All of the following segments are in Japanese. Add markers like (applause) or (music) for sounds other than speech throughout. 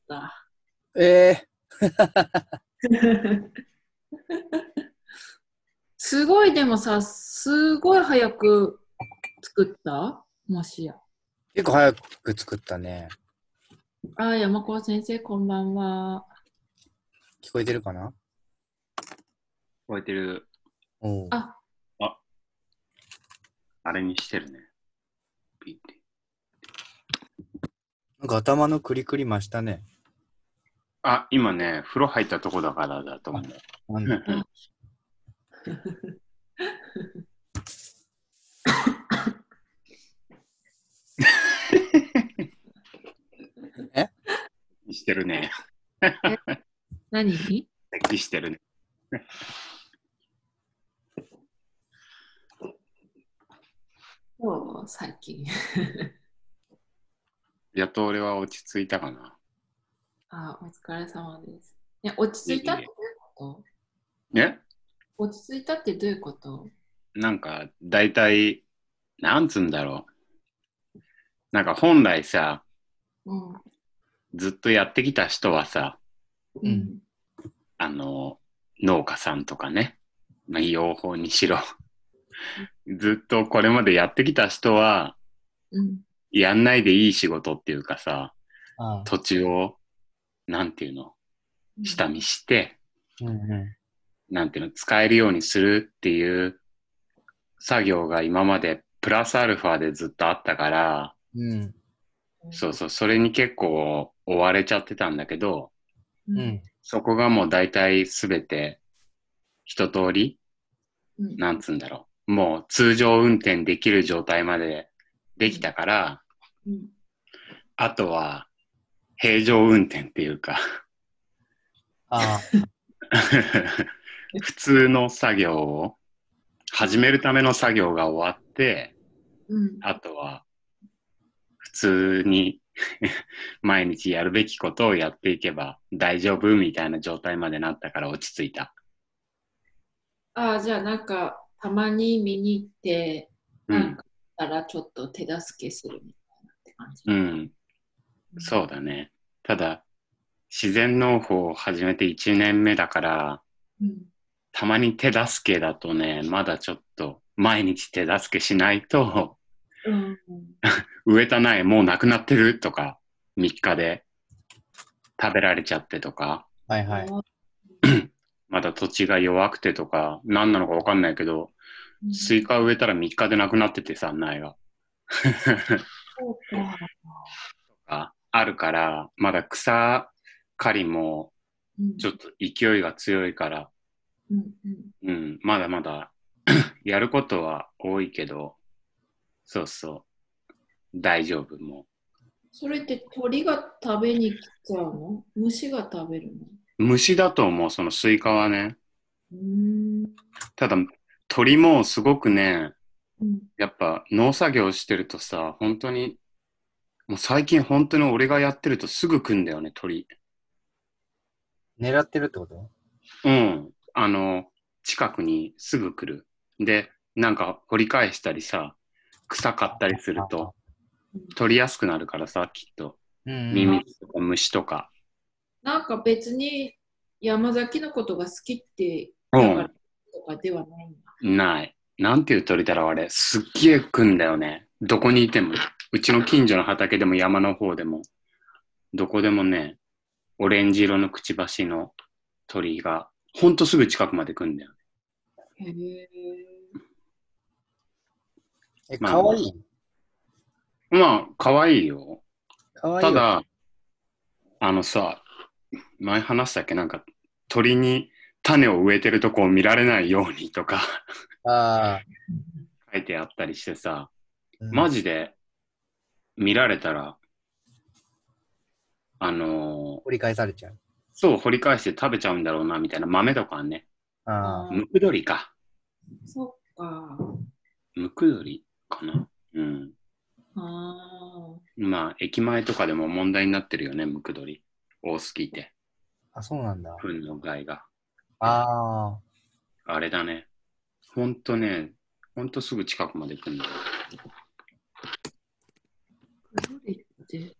。えすごいでもさ、すごい早く作ったもしや。ー、結構早く作ったね。あー、山川先生、こんばんは。聞こえてるかな覚えてる。おうああれにしてるね。ピッてなんか頭のクリクリ増したね。あ、今ね、風呂入ったとこだからだと思う。なんだしてるね。何適してるね。そう、最近。やっと俺は落ち着いたかな。 (laughs) あー、お疲れ様です。ね、落ち着いたってどういうことね落ち着いたってどういうことなんか、大体、なんつうんだろう。なんか本来さ、うん。ずっとやってきた人はさ、ううんん。あの、農家さんとかね、まあ、養蜂にしろ。ずっとこれまでやってきた人は、うん。やんないでいい仕事っていうかさ、ああ土地を、なんていうの、下見して、うんうなんていうの、使えるようにするっていう作業が今までプラスアルファでずっとあったから、ん。うん。そうそう、それに結構追われちゃってたんだけど、う。うんん。そこがもう大体すべて一通り、うん。なんつうんだろう、もう通常運転できる状態までできたから、うん。あとは平常運転っていうか、ああ。 (laughs) 普通の作業を始めるための作業が終わって、うん。あとは普通に (laughs) 毎日やるべきことをやっていけば大丈夫みたいな状態までなったから落ち着いた。ああ、じゃあなんか、たまに見に行って、うなんん。かあったらちょっと手助けするみたいなって感じ。うん。そうだね。ただ、自然農法を始めて1年目だから、うん。たまに手助けだとね、まだちょっと毎日手助けしないと、うん。植えた苗もうなくなってるとか、3日で食べられちゃってとか、はいはい。まだ土地が弱くてとか、何なのかわかんないけど、うんスイカ植えたら3日でなくなっててさ、苗が。そうか。ああるから、まだ草刈りもうんちょっと勢いが強いから、うんうんうん、まだまだ (clears throat) やることは多いけど、そうそう、大丈夫もそれって鳥が食べに来ちゃうの虫が食べるのう。虫だと思う、そのスイカはね。うーん。ただ、鳥もすごくね、うんやっぱ農作業してるとさ、本当に、もう最近本当に俺がやってるとすぐ来んだよね、鳥。狙ってるってことうん。あの、近くにすぐ来る。で、なんか掘り返したりさ、草刈ったりすると、取りやすくなるからさ、きっと。うん。ミミズとか虫とか。なんか別に山崎のことが好きってうだかんら。とかではないんだ。ない。なんていう鳥だろう、あれ。すっげえ来んだよね。どこにいても。うちの近所の畑でも山の方でも。どこでもね、オレンジ色のくちばしの鳥が、ほんとすぐ近くまで来んだよ。へえ。え、まあかわいい。まあ、可愛いよ。かわいい。た、だ、あのさ、前話したっけなんか、鳥に種を植えてるとこを見られないようにとか (laughs) ああ。書いてあったりしてさ、マジジで見られたら、あのー折り返されちゃう。そう、掘り返して食べちゃうんだろうな、みたいな。豆とかはね。ああ。ムクドリか。そっか。ムクドリかな。うん。あまあ、駅前とかでも問題になってるよね、ムクドリ。多すぎて。あ、そうなんだ。糞の害が。ああ。あれだね。ほんとね、ほんとすぐ近くまで来るんだよ。あ。クドリって。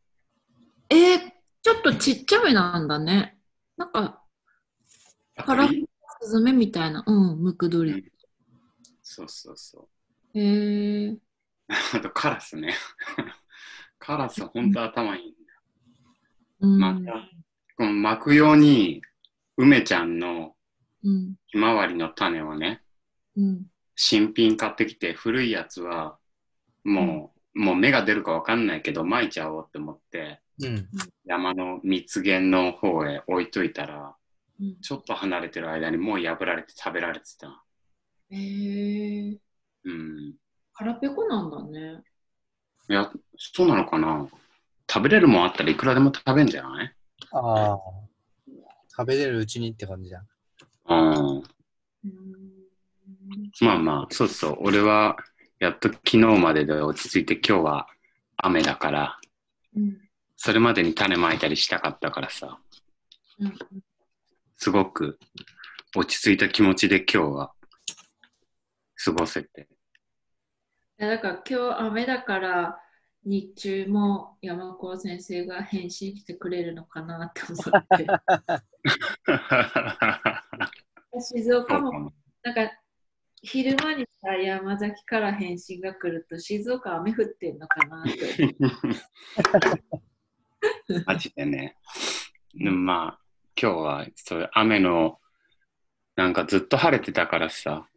えーちょっとちっちゃめなんだね。なんか、カラフルなスズメみたいな。うん、ムクドリ。そうそうそへえ。う。あとカラスね。 (laughs) カラス本当頭いい。うん。また、この巻くように、梅ちゃんのうん。ひまわりの種をね、うん。新品買ってきて、古いやつは、もう、もう芽が出るかわかんないけど、巻いちゃおうって思って、うん。山の蜜源の方へ置いといたら、うんちょっと離れてる間にもう破られて食べられてた。へえ。うん。腹ペコなんだね。いや、そうなのかな食べれるもんあったらいくらでも食べんじゃないああ。食べれるうちにって感じだ。うん。うんまあまあ、そうそう。俺は、やっと昨日までで落ち着いて、今日は雨だから、うん。それまでに種まいたりしたかったからさ、うんすごく落ち着いた気持ちで今日は過ごせて。いやだから今日雨だから日中も山高先生が返信してくれるのかなって思って静岡もなんか昼間にさ山崎から返信が来ると静岡雨降ってんのかなって (laughs) マジでね。でもまあ、今日はそういう雨の、なんかずっと晴れてたからさ、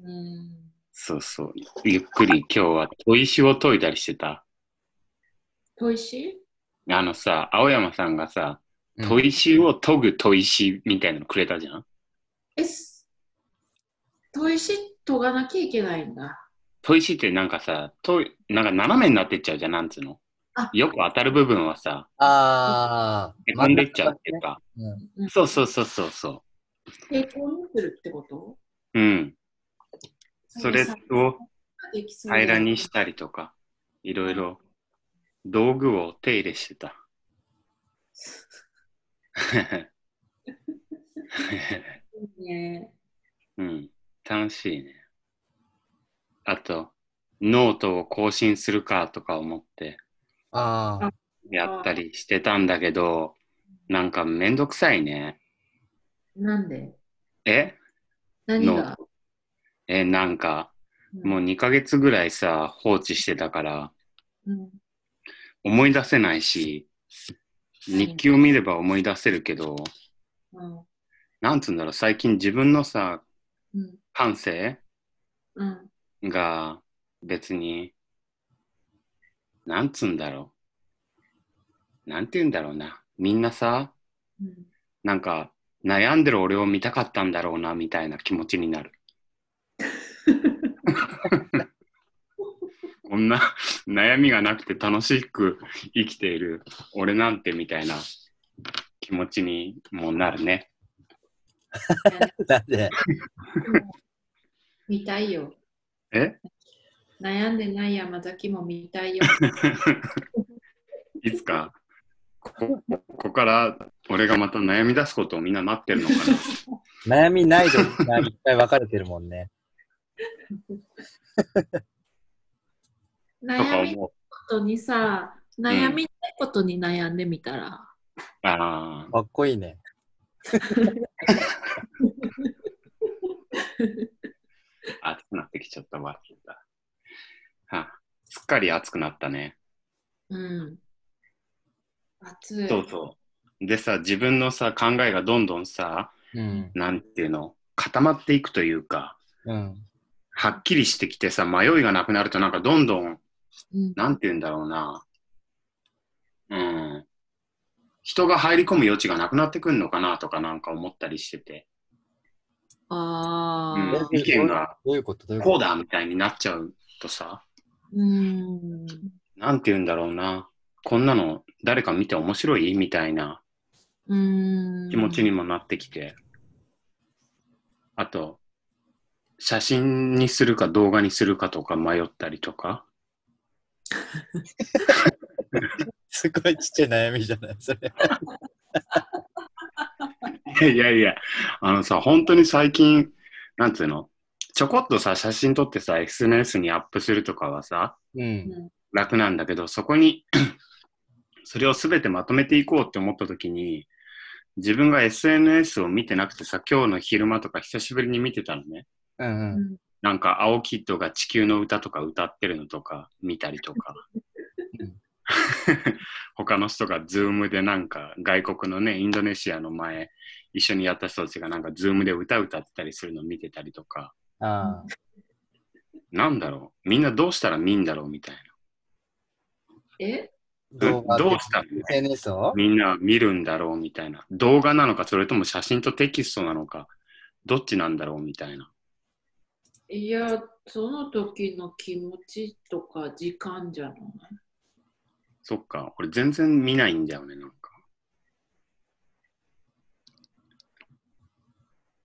うんそうそう、ゆっくり今日は砥石を研いだりしてた。砥石あのさ、青山さんがさ、うん砥石を研ぐ砥石みたいなのくれたじゃんえす砥石研がなきゃいけないんだ砥石ってなんかさ、砥なんか斜めになってっちゃうじゃん、なんつうのあ。よく当たる部分はさ、ああ。へこんでっちゃうっていうか。うん。うんそうそうそうそうそ抵抗にするってことう。うん。それをできそうだ平らにしたりとか、いろいろ道具を手入れしてた。いいねうん、楽しいね。あと、ノートを更新するかとか思ってああ。やったりしてたんだけど、なんかめんどくさいね。なんでえ何ノがート。え、なんか、うんもう2ヶ月ぐらいさ、放置してたから、うん思い出せないし、日記を見れば思い出せるけど、うんなんつうんだろう、最近自分のさ、うん感性うんが別に、なんつうんだろう。なんて言うんだろうな。みんなさ、うんなんか悩んでる俺を見たかったんだろうな、みたいな気持ちに (laughs) なる。こんな悩みがなくて楽しく生きている俺なんてみたいな気持ちにもなるね。なんで見たいよ。え悩んでない山崎も見たいよ。いつかこここから俺がまた悩み出すことをみんな待ってるのかな。悩みないで悩みいっぱい分かれてるもんね。とか (laughs) 悩みの思う。ことにさ、悩みないことに悩んでみたら。ああ、かっこいいね。暑くなってきちゃったわ。はあ、すっかり暑くなったね。うん。暑い。そうそう。でさ、自分のさ、考えがどんどんさ、うん。なんていうの、固まっていくというか、うん。はっきりしてきてさ、迷いがなくなると、なんかどんどん、うんなんていうんだろうな。うん。人が入り込む余地がなくなってくんのかなとかなんか思ったりしてて、ああ。うん意見がどういうことどういうここうとだみたいになっちゃうとさ、うん。なんて言うんだろうな。こんなの誰か見て面白いみたいなうん。気持ちにもなってきて。あと、写真にするか動画にするかとか迷ったりとか。すごいちっちゃい悩みじゃないそれ。いやいや、あのさ、本当に最近、なんつうの、ちょこっとさ、写真撮ってさ、SNS にアップするとかはさ、うん。楽なんだけど、そこに (clears throat) それを全てまとめていこうって思った時に、自分が SNS を見てなくてさ、今日の昼間とか久しぶりに見てたのね。うんううん。んなんか、青キッドが地球の歌とか歌ってるのとか見たりとか (laughs) うん。他の人がズームでなんか外国のねインドネシアの前一緒にやった人たちがなんかズームで歌歌ってたりするの見てたりとかああ。なんだろうみんなどうしたら見んだろうみたいえな動画どうしたら ?SNS をみんな見るんだろうみたいな動画なのかそれとも写真とテキストなのかどっちなんだろうみたいないや、その時の気持ちとか時間じゃない。そっか俺全然見ないんだよねなんか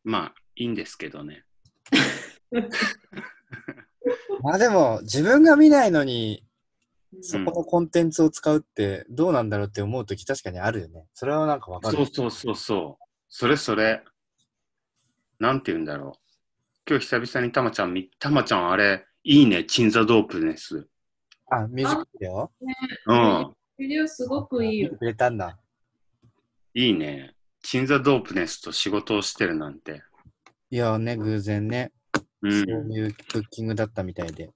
まあいいんですけどねまあでも、自分が見ないのに、うんそこのコンテンツを使うってどうなんだろうって思うとき確かにあるよね。それはなんかわかる。そうそうそうそうそれそれなんて言うんだろう今日久々にたまちゃん見たまちゃんあれいいね鎮座ドープネスあ、ミュージックビデオうんビデオすごくいいよ見て。くれたんだ。いいね鎮座ドープネスと仕事をしてるなんていやね、偶然ね、うそういうブッキングだったみたいで。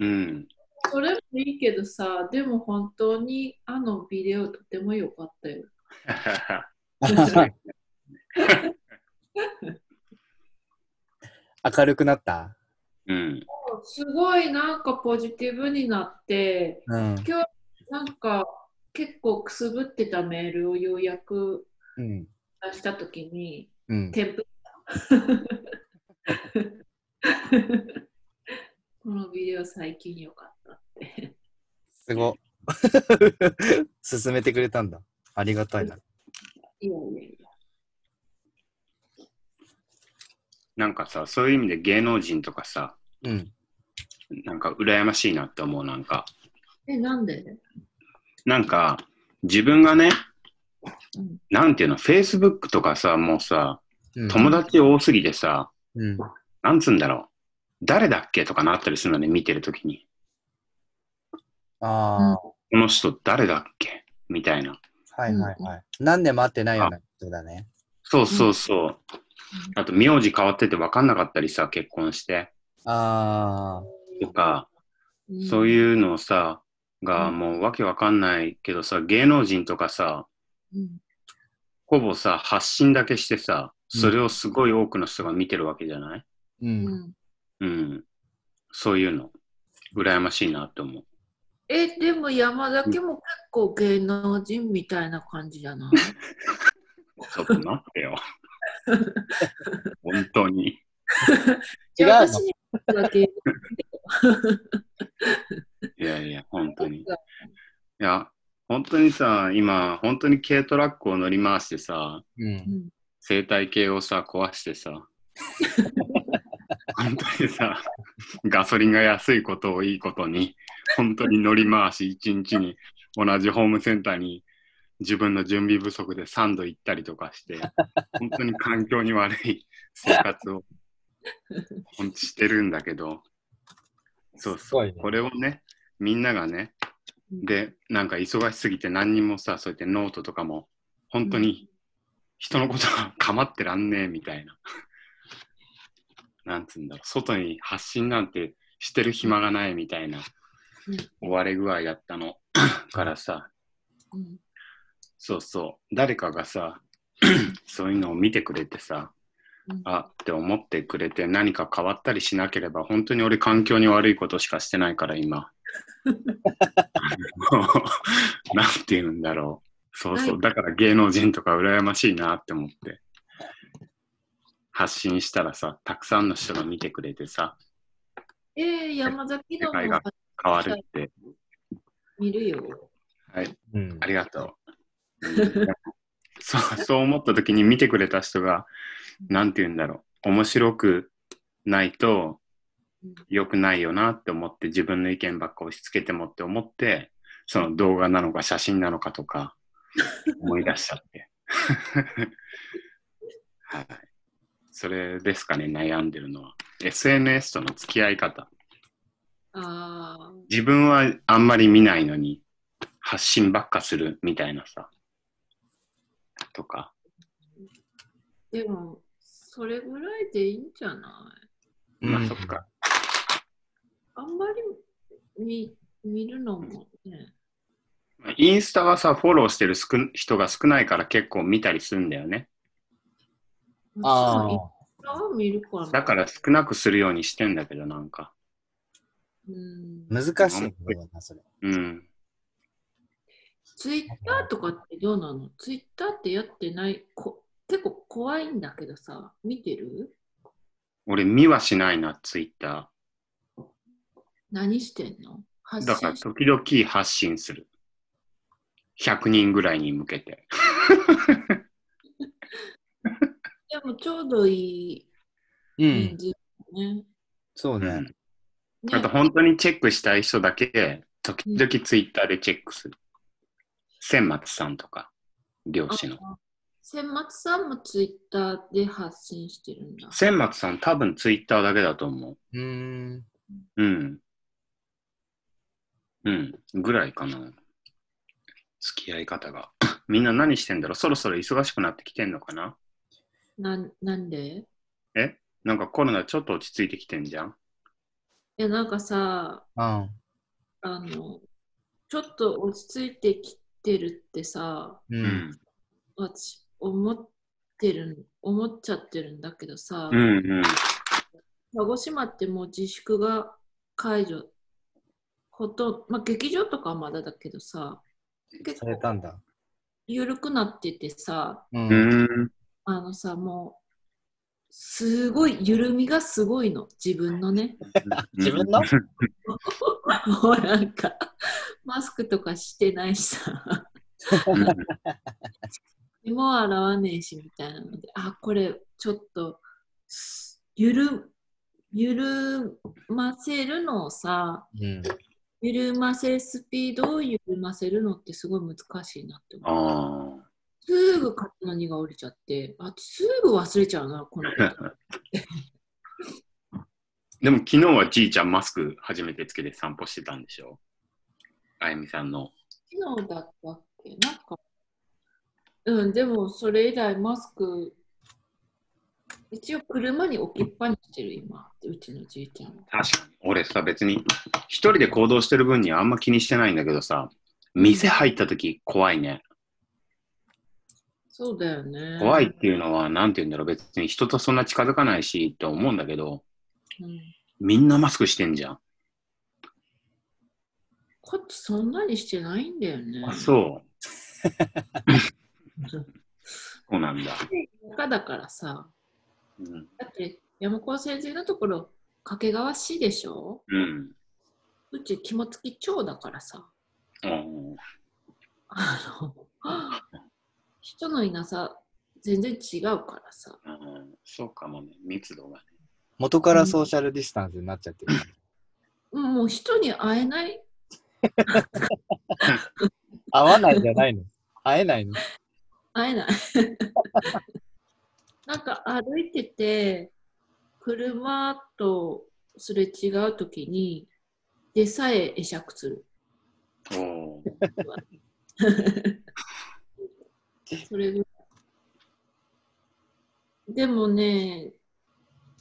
うん。 (laughs) それもいいけどさ、でも本当にあのビデオとても良かった (laughs) よ。明るくなったうん。すごいなんかポジティブになって、うん。なんか結構くすぶってたメールをようやくうん。出した時に、うん。添付 (laughs) このビデオ最近良かったって。す (laughs) ご。 (laughs) 進めてくれたんだ。ありがたいな。いやいやいや。なんかさ、そういう意味で芸能人とかさ、うん。なんか羨ましいなって思う、なんか。え、なんでなんか、自分がねうん、なんていうの、Facebook とかさ、もうさ、うん友達多すぎてさ、うん。なんつうんだろう、誰だっけとかなったりするのね、見てるときに。あこの人誰だっけみたいな。あ、はいはいはい。何年も会ってないような人だね。そうそうそう。あと、名字変わってて分かんなかったりさ、結婚して。ああ、とか、そうういうのをさ、がうんもうわけわかんないけどさ、芸能人とかさ、ん。うんほぼさ、発信だけしてさ、それをすごい多くの人が見てるわけじゃないうんう。んうん。そういうの、羨ましいなって思う。え、でも山崎も結構芸能人みたいな感じじゃ (laughs) ないちょっと待ってよ。本当に。違うの私にとっては芸いやいや、本当能に。い人だや、本当にさ、今、本当に軽トラックを乗り回してさ、うん。生態系をさ、壊してさ、 (laughs) 本当にさ、ガソリンが安いことをいいことに、本当に乗り回し、一日に同じホームセンターに自分の準備不足で3度行ったりとかして、本当に環境に悪い生活をほんとしてるんだけど、そうすごいね。これをね、みんながね、うんで、なんか忙しすぎて何にもさ、そうやってノートとかも、本当に人のことが構ってらんねえみたいな。なんつうんだろう、外に発信なんてしてる暇がないみたいなうん追われ具合だったのからさ、うんそうそう、誰かがさ、 (clears throat) そういうのを見てくれてさ、うんあって思ってくれて何か変わったりしなければ、本当に俺環境に悪いことしかしてないから今。 (laughs) もうなんて言うんだろう。そうそはう。だから芸能人とか羨ましいなって思って。発信したらさ、たくさんの人が見てくれてさ、えー、山崎のも世界が変わるって。見るよ。はい、うんあ。りがとう。うんそうそう思った時に見てくれた人が、なんて言うんだろう。面白くないとうん良くないよなって思って、自分の意見ばっか押し付けてもって思って、その動画なのか写真なのかとか思い出しちゃって。 (laughs) はい。それですかね、悩んでるのは。SNS との付き合い方。ああ、自分はあんまり見ないのに、発信ばっかするみたいなさ、とか。でも、それぐらいでいいんじゃないまうあんそっか。あんまり見見るのもね。インスタはさ、フォローしてる少ん人が少ないから結構見たりするんだよね。あもちろんインあ。スタは見るから。だから少なくするようにしてんだけど、なんか。うん、難しいんだよな、それ。うん。ツイッターとかってどうなのツイッターってやってないこ結構怖いんだけどさ、見てる俺見はしないな、ツイッタ何してんの発信ー。だから時々発信する。100人ぐらいに向けて。でもちょうどいうんい人数だね。そううねん。ねあと本当にチェックしたい人だけ、時々ツイッターでチェックする。千松さんとか、漁師の。あ千松さんもツイッターで発信してるんだ。千松さん多分ツイッターだけだと思うーん。う。うん。うん。ぐらいかな。付き合い方が。 (coughs) みんな何してんだろうそろそろ忙しくなってきてんのかななんなんでなんかコロナちょっと落ち着いてきてんじゃんいやなんかさ、ああの、ちょっと落ち着いてきてるってさ、う。。うん私思ってるん、思っちゃってるんだけどさ、うんうん。鹿児島ってもう自粛が解除、ほとんまあ、劇場とかはまだだけどさ、結され構たんだ。緩くなっててさ、う。うんん。あのさ、もう、すごい、緩みがすごいの、自分のね。 (laughs) 自分のもうなんか、マスクとかしてないしさ、 (laughs) うん手も洗わねえしみたいなので、あ、これ、ちょっと、す緩、緩ませるのをさ、うん。緩ませスピードを緩ませるのってすごい難しいなって思う。あすぐ肩の荷が下りちゃって、あ、すぐ忘れちゃうな、この (laughs) こと。あ。でも昨日はじいちゃんマスク初めてつけて散歩してたんでしょあゆみさんの。昨日だったっけなんか、うん、でもそれ以来マスク、一応車に置きっぱにしてる今、うちのじいちゃんは。確かに。俺さ、別に一人で行動してる分にはあんま気にしてないんだけどさ、店入った時怖いね。そうだよね。怖いっていうのは、なんて言うんだろう、別に人とそんな近づかないしって思うんだけど、うんみんなマスクしてんじゃん。こっちそんなにしてないんだよね。あ、そう。そうなんだ。中だからさ、うん。だって山高先生のところ、掛川市でしょうん。うち肝付町だからさ、うんあの、人のいなさ、全然違うからさ。うんそうかもね、密度がね。元からソーシャルディスタンスになっちゃってる。うんもう人に会えない合わないじゃないの。会えないの。会えない。 (laughs) なんか歩いてて、車とすれ違うときに、でさえ会釈する。おーそれぐらい。でもね、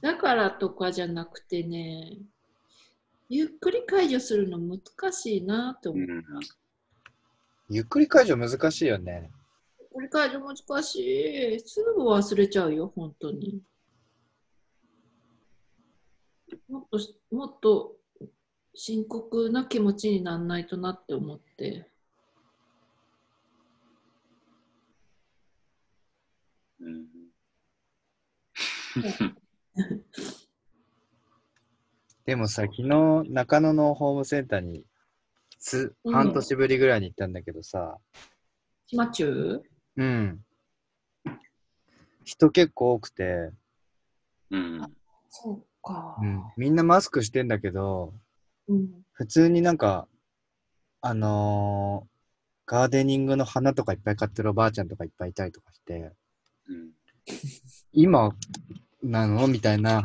だからとかじゃなくてね、ゆっくり解除するの難しいなとう思う。んゆっくり解除難しいよね。ゆっくり解除難しい。すぐ忘れちゃうよ、本当に。もっとし、もっと深刻な気持ちにならないとなって思って。うんでもさ、昨日、中野のホームセンターに、つ、うん半年ぶりぐらいに行ったんだけどさ、マチューうん。人結構多くて、うんそうかうん、みんなマスクしてんだけど、うん。普通になんか、あのーガーデニングの花とかいっぱい買ってるおばあちゃんとかいっぱいいたりとかして、うん今なのみたいな。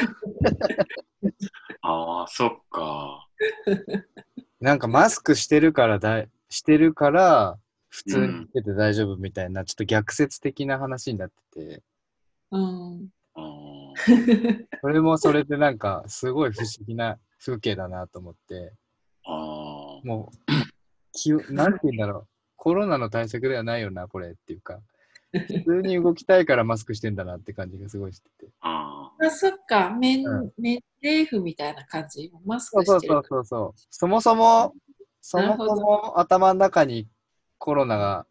(laughs) ああ、そっか。なんかマスクしてるからだい、してるから、普通にしてて大丈夫みたいな、ちょっと逆説的な話になってて、 (laughs) うん。あーそれもそれでなんか、すごい不思議な風景だなと思って、あー。もう、気を、なんて言うんだろう、コロナの対策ではないよな、これっていうか、普通に動きたいからマスクしてんだなって感じがすごいしてて。ああ、そっか。免、うん免税符みたいな感じ。マスそクうそしてうそるう。そうそう。そもそも、そもなるそほも頭の中にコロナが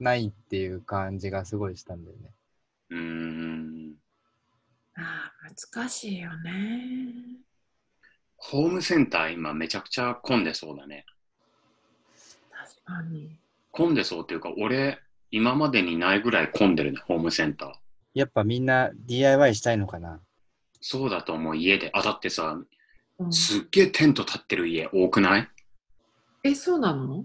ないっていう感じがすごいしたんだよね。ーうーん。ああ、難しいよね。ホームセンター今めちゃくちゃ混んでそうだね。確かに。混んでそうっていうか、俺、今までにないぐらい混んでるね、ホームセンター。やっぱみんな DIY したいのかなそうだと思う、家で。あ、だってさ、うんすっげえテント立ってる家多くない (laughs) え、そうなの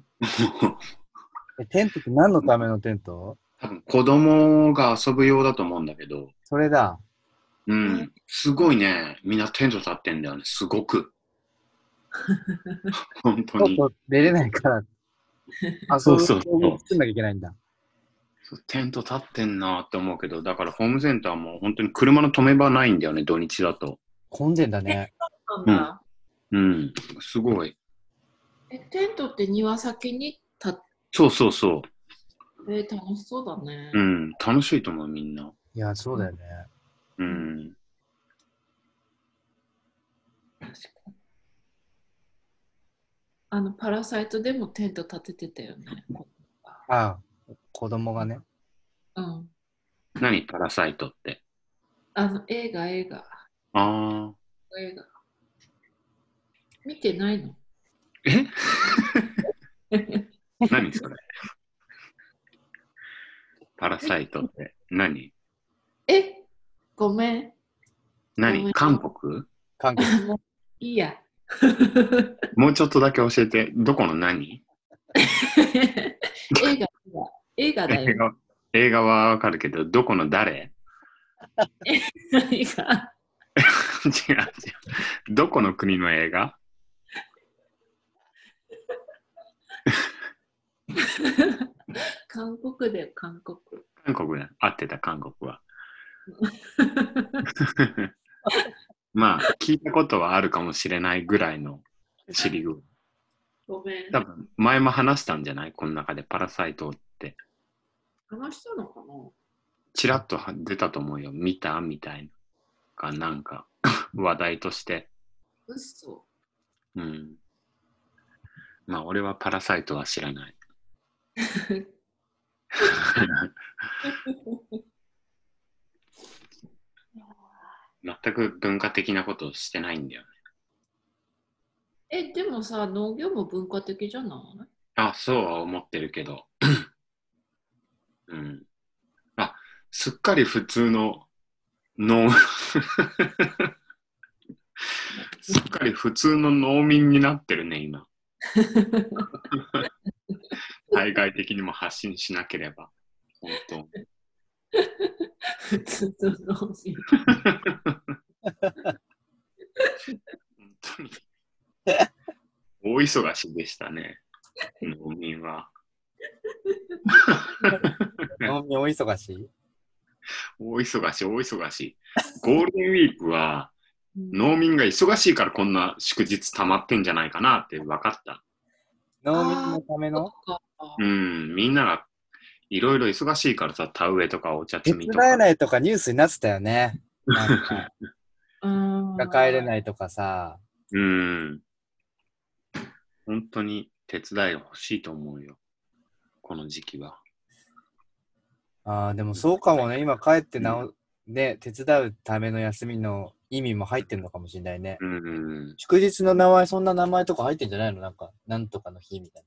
えテントって何のためのテント多分子供が遊ぶ用だと思うんだけど、それだ。ううんん、すごいね、みんなテント立ってんだよね、すごく。本当に。外出れないから。あ、 (laughs) そうそうそう。作んなきゃいけないんだ。テント立ってんなって思うけど、だからホームセンターも本当に車の止め場ないんだよね、土日だと。混んでんだね。そうなんだ。うん、すごい。え、テントって庭先に立っそうそうそて楽しそうだね。う。うん、楽しいと思う、みんな。いや、そうだよね。うん。確かに。あの、パラサイトでもテント立ててたよね。ああ、子供がね。うん。何、パラサイトって。あの、映画、映画、ああ。映画。見てないのえ何それ (laughs) パラサイトって何えごめん。何韓国韓国。もういい (laughs) や。もうちょっとだけ教えて、どこの何映画、映画だ映 (laughs) よ。画映画はわかるけど、どこの誰 (laughs) 映画。違う違う。どこの国の映画韓国だよ、韓国。韓国だ。合ってた、韓国は。 (laughs) まあ、聞いたことはあるかもしれないぐらいの知り具合。ごめん。多分、前も話したんじゃないこの中でパラサイトって。話したのかなチラッとは出たと思うよ。見たみたいな。か、なんか、 (laughs) 話題として。嘘。うん。まあ、俺はパラサイトは知らない。全く文化的なことをしてないんだよね。え、でもさ、農業も文化的じゃないあ、そうは思ってるけど。うん。あ、すっかり普通の農、すっかり普通の農民になってるね、今。 (laughs) (laughs) 対外的にも発信しなければ。本当。普通の農業。本当に大忙しでしたね、農民は。農民お忙しい大忙し、大忙し。ゴールデンウィークはうん農民が忙しいからこんな祝日溜まってんじゃないかなって分かった。農民のためのうん、みんながいろいろ忙しいからさ、田植えとかお茶手摘み伝とえか。ないとかニュースになってたよね。なんかうんが帰れないとかさ。うん。本当に手伝いが欲しいと思うよ。この時期は。ああ、でもそうかもね。今帰ってなお、ね、手伝うための休みの意味も入ってるのかもしれないね。うん。祝日の名前、そんな名前とか入ってんじゃないのなんか、なんとかの日みたい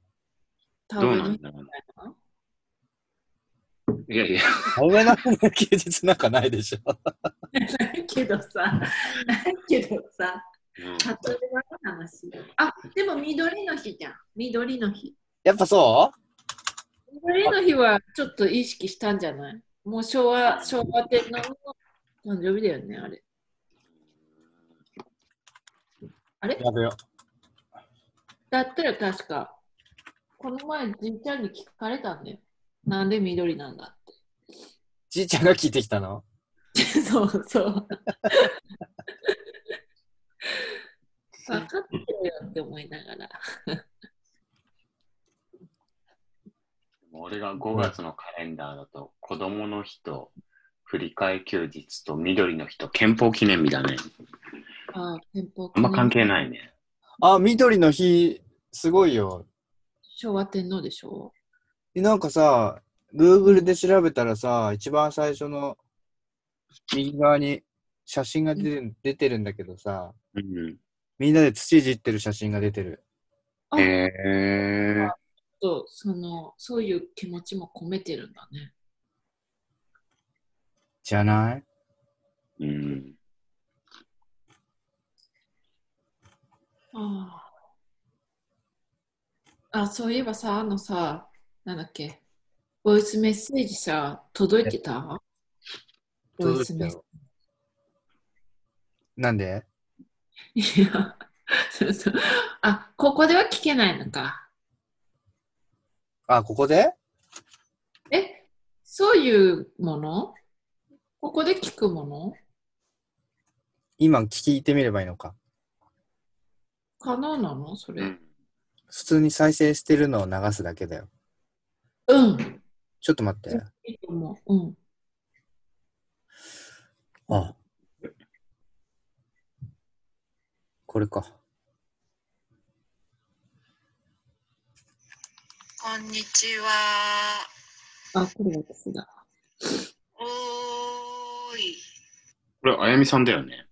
多どうな分んだろうね。いやいや、な。田植えなのに休日なんかないでしょ。 (laughs) ないけどさ、ないけどさ、うん例えばの話。あ、でも緑の日じゃん。緑の日。やっぱそ緑の日はちょっと意識したんじゃないもう昭和、昭和天皇の誕生日だよね、あれ。うやべよ。だったら確か、この前じいちゃんに聞かれたんだよ。なんで緑なんだ (laughs) っじいちゃんが聞いてきたのて。 (laughs) そうそう。分かってるよって思いながら。俺が5月のカレンダーだと、子供の日と、振り替え休日と緑の日と憲法記念日だね。ああ、憲法あんま関係ないね。あ、緑の日、すごいよ。昭和天皇でしょえなんかさ、Google で調べたらさ、一番最初の右側に写真が出てる出てるんだけどさ、うん。みんなで土いじってる写真が出てる。あへえ。とそのそういう気持ちも込めてるんだね。じゃないうん。あああそういえばさあのさなんだっけボイスメッセージさ届いてたボイスメッセーなんでジ。いや (laughs) そうそうあここでは聞けないのか。あ、ここでえそういうものここで聞くもの今聞いてみればいいのか。可能なのそれ。普通に再生してるのを流すだけだよ。うん。ちょっと待って。いいと思う。うん。あ。これか。こんにちは。あ、これ私だ。おーい。これ、あやみさんだよね。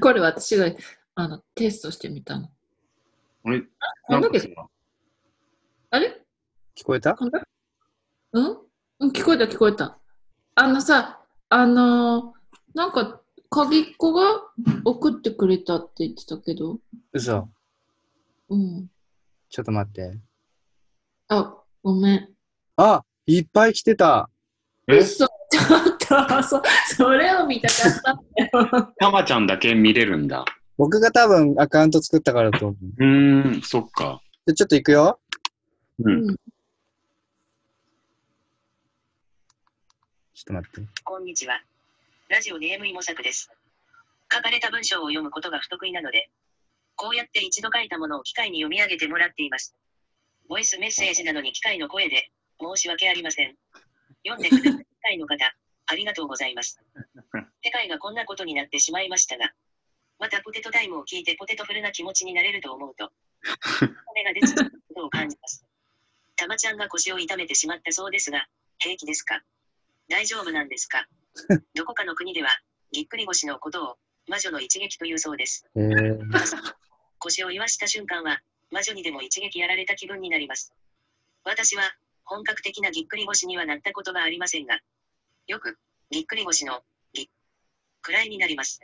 これ私があのテストしてみたの。俺、ななんんだっけかさ、あれ聞こえたこんなうんうん、聞こえた聞こえた。あのさ、あのーなんか、鍵っ子が送ってくれたって言ってたけど、嘘。うん。ちょっと待って。あ、ごめん。あいっぱい来てたえ、嘘 (laughs) ちょっと、そ、それを見たかったんだよ。たまちゃんだけ見れるんだ。僕が多分アカウント作ったからだと思う。うーん、そっか。でちょっと行くよ。うん。ちょっと待って。こんにちは。ラジオネームいもさくです。書かれた文章を読むことが不得意なので、こうやって一度書いたものを機械に読み上げてもらっています。ボイスメッセージなのに機械の声で、申し訳ありません。読んでくれた機械の方、ありがとうございます。世界がこんなことになってしまいましたが、またポテトタイムを聞いてポテトフルな気持ちになれると思うと、骨が出てくることを感じます。たまちゃんが腰を痛めてしまったそうですが、平気ですか大丈夫なんですかどこかの国では、ぎっくり腰のことを、魔女の一撃というそうです。えー、腰を言わした瞬間は、魔女にでも一撃やられた気分になります。私は、本格的なぎっくり腰にはなったことがありませんが、よく、ぎっくり腰の、ぎっ、くらいになります。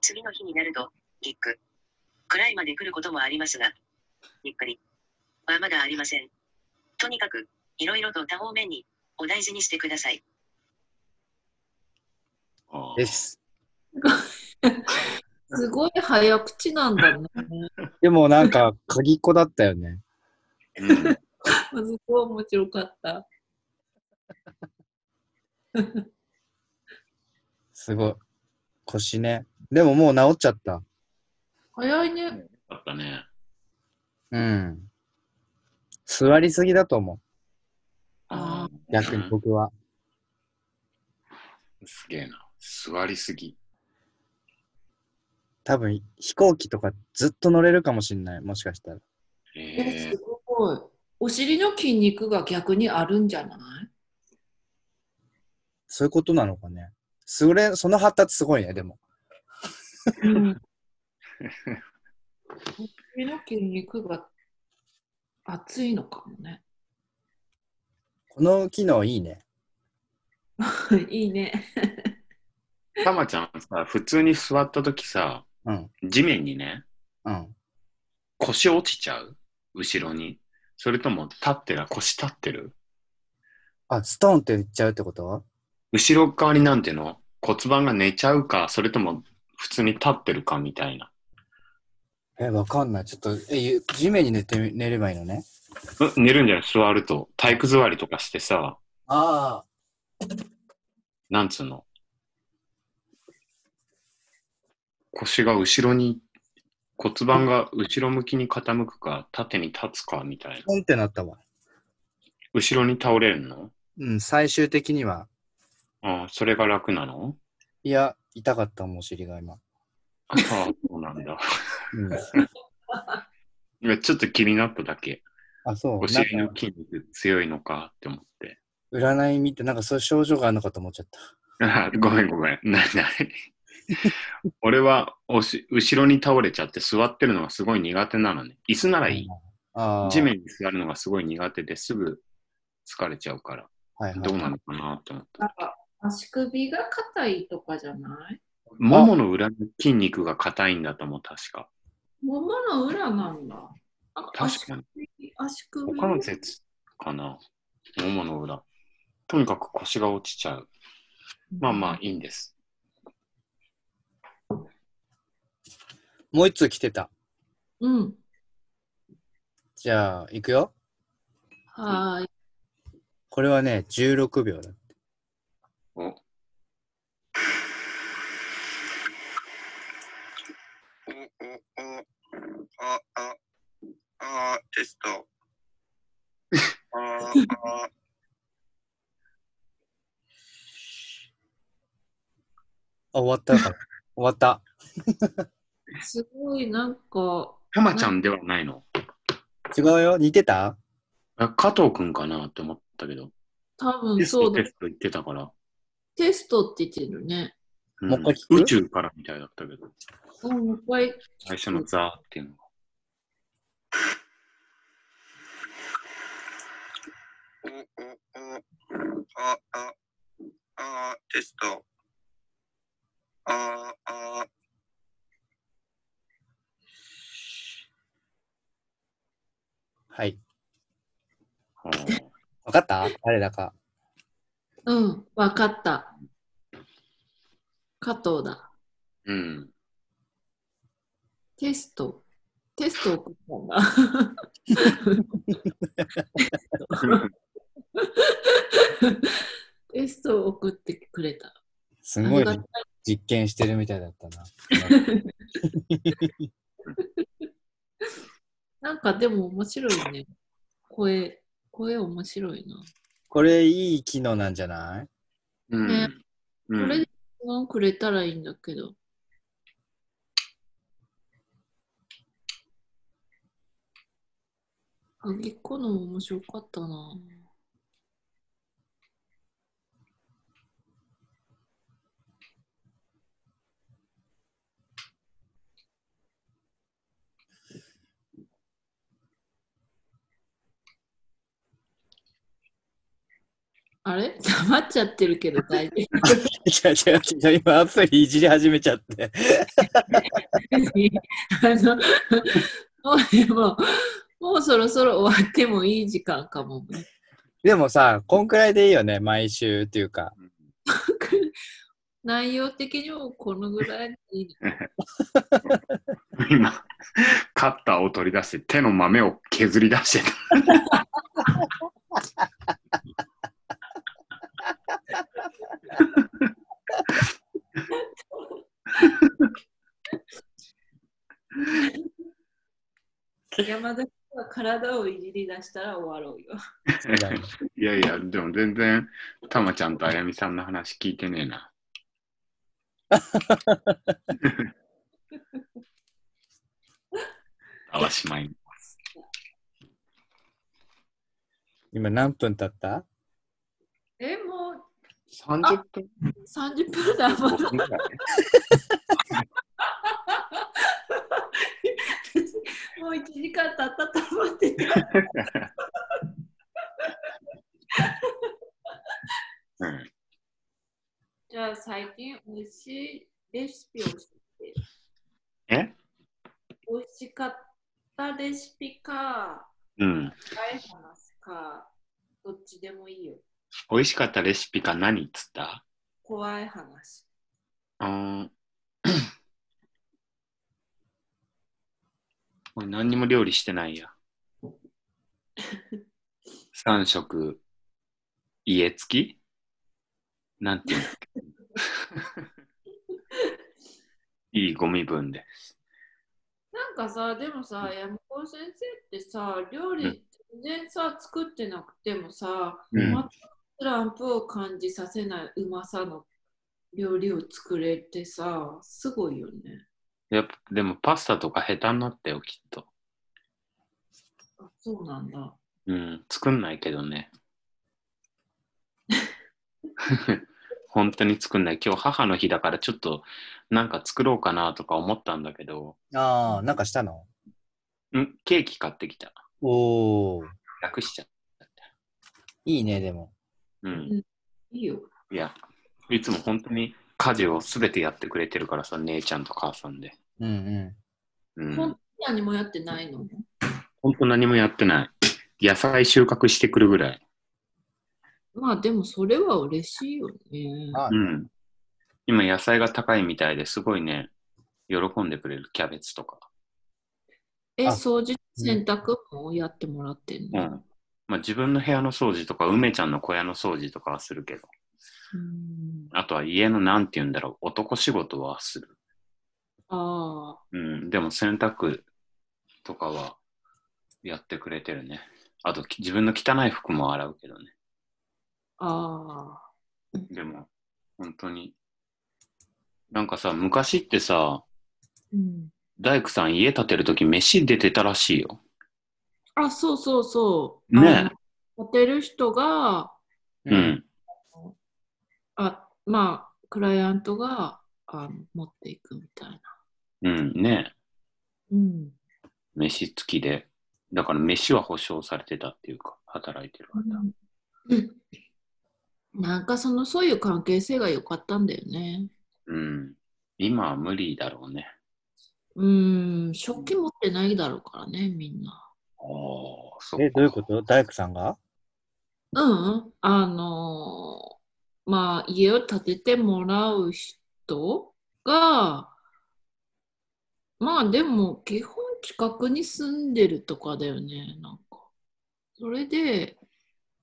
次の日になると、ぎっく、くらいまで来ることもありますが、ぎっくりはまだありません。とにかく、いろいろと多方面に、お大事にしてください。あーです。すごい早口なんだね。でもなんか、鍵っ子だったよね。うんすごい面白かった。すごい。腰ね。でももう治っちゃった。早いね。あったね。うん。座りすぎだと思あう。逆に僕は。うんすげえな。座りすぎ。多分、飛行機とかずっと乗れるかもしんない。もしかしたら。え、えすごい。お尻の筋肉が逆にあるんじゃないそういうことなのかね。それ、その発達すごいね、でも。うん。首の筋肉が熱いのかも (laughs) ね。この機能いいね。いいね。ー、たまちゃんさ、普通に座ったときさ、うん。地面にね、うん。腰落ちちゃう後ろに。それとも立ってる腰立ってるあ、ストーンって言っちゃうってこと後ろ側になんていうの骨盤が寝ちゃうか、それとも普通に立ってるかみたいな。え、わかんない。ちょっと、え、ゆ地面に寝て、寝ればいいのね。う寝るんじゃない座ると、体育座りとかしてさ、ああ。なんつうの。腰が後ろに、骨盤が後ろ向きに傾くか、縦に立つかみたいな。ポンってなったわ。後ろに倒れるのうん、最終的には、ああ、それが楽なのいや、痛かったもん、お尻が今。ああ、そうなんだ。 (laughs) (laughs) うん。いやちょっと気になっただけ。あ、そう。お尻なんのか、筋肉強いのかって思って。占い見て、なんかそういう症状があるのかと思っちゃった。あ (laughs) ごめんごめん。ないない。 (laughs) 俺はおし後ろに倒れちゃって座ってるのがすごい苦手なのね。椅子ならいい。ああ。地面に座るのがすごい苦手ですぐ疲れちゃうから、はいはい、どうなのかなって思って。なんか足首が硬いとかじゃないももの裏の筋肉が硬いんだと思う、確か。ももの裏なんだ。なんか足確かに。首足首股関節かな。ももの裏。とにかく腰が落ちちゃう。まあまあいいんです。もう一通来てた。うん。じゃあ、行くよ。はーい。これはね、16秒だ。おおおおあああテスト。あああ、終わった (laughs) から。終わった。すごいなんか、たまちゃんではないの。違うよ。似てたあ加藤くんかなって思ったけど、多テ分スそトうだテ。スト言ってたから、テストって言ってるね。うんもう一回聞く宇宙からみたいだったけど、うん、もう一回最初のザーっていうのが。おおあああテスト。ああはい。あーわかった誰だか。うん、わかった。加藤だ。 (laughs) うん。テスト。テスト送ったんだ。テストを送ってくれた。すごいありがた実験してるみたいだったな。 (laughs) なんかでも面白いね。声、声面白いな。これいい機能なんじゃない (laughs) うんねこうれんで質問くれたらいいんだけど。あげっこのも面白かったな。あれ (laughs) 黙っちゃってるけど大丈夫。違う違う違う。今アプリいじり始めちゃって。あの、もうでも、もうそろそろ終わってもいい時間かも。でもさ、こんくらいでいいよね。毎週っていうか。内容的にもこのぐらいでいい今、カッターを取り出して、手の豆を削り出してた。山田君は体をいじり出したら終わろうよ。いやいや、でも全然、たまちゃんとあやみさんの話聞いてねえな。あわしまい。今何分経ったえ、もう30分30分だ。まだぐらいもう1時間経ったと思ってた。うんじゃあ最近美味しいレシピを教えて。え美味しかったレシピか、うん。深い話か、どっちでもいいよ。美味しかったレシピか何っつった怖い話。 (coughs) あー俺何にも料理してないや。3食、家付きなんていうんだっけいいゴミ分で。なんかさ、でもさ、山本先生ってさ、料理全然さ、作ってなくてもさ、うん全くトランプを感じさせないうまさの料理を作れてさ、すごいよね。やっぱでもパスタとか下手になったよ、きっと。あそうなんだ。うん、作んないけど (laughs) ね。本当に作んない。今日母の日だからちょっとなんか作ろうかなとか思ったんだけど、ああ、なんかしたのんケーキ買ってきた。おお、楽しちゃっいいね、でも。た。うん。いいよ。いや、いつも本当に家事をすべてやってくれてるからさ、姉ちゃんと母さんで。うんうう本当ん。に何もやってないの本当何もやってない。野菜収穫してくるぐらい。まあでもそれは嬉しいよね。あうん。今野菜が高いみたいですごいね、喜んでくれるキャベツとか。え、あ掃除、洗濯もやってもらってんうの、ん。まあ自分の部屋の掃除とか、梅ちゃんの小屋の掃除とかはするけど、うん、あとは家のなんて言うんだろう、男仕事はする。ああ、うん。でも洗濯とかはやってくれてるね。あとき自分の汚い服も洗うけどね。ああ。でも、本当に。なんかさ、昔ってさ、うん、大工さん家建てるとき飯出てたらしいよ。あ、そうそうそう。ねえあのモテる人が、ん。う。ん。あまあ、クライアントがあの持っていくみたいな。うん。ねうん。え飯付きで。だから飯は保証されてたっていうか、働いてる方。うんなんかその、そういう関係性が良かったんだよね。うん。今は無理だろうね。うん、食器持ってないだろうからね、みんな。ああ、そえ、っどういうこか。と大工さんがうんうん、あのーまあ、家を建ててもらう人が、まあでも、基本近くに住んでるとかだよね、なんか。それで、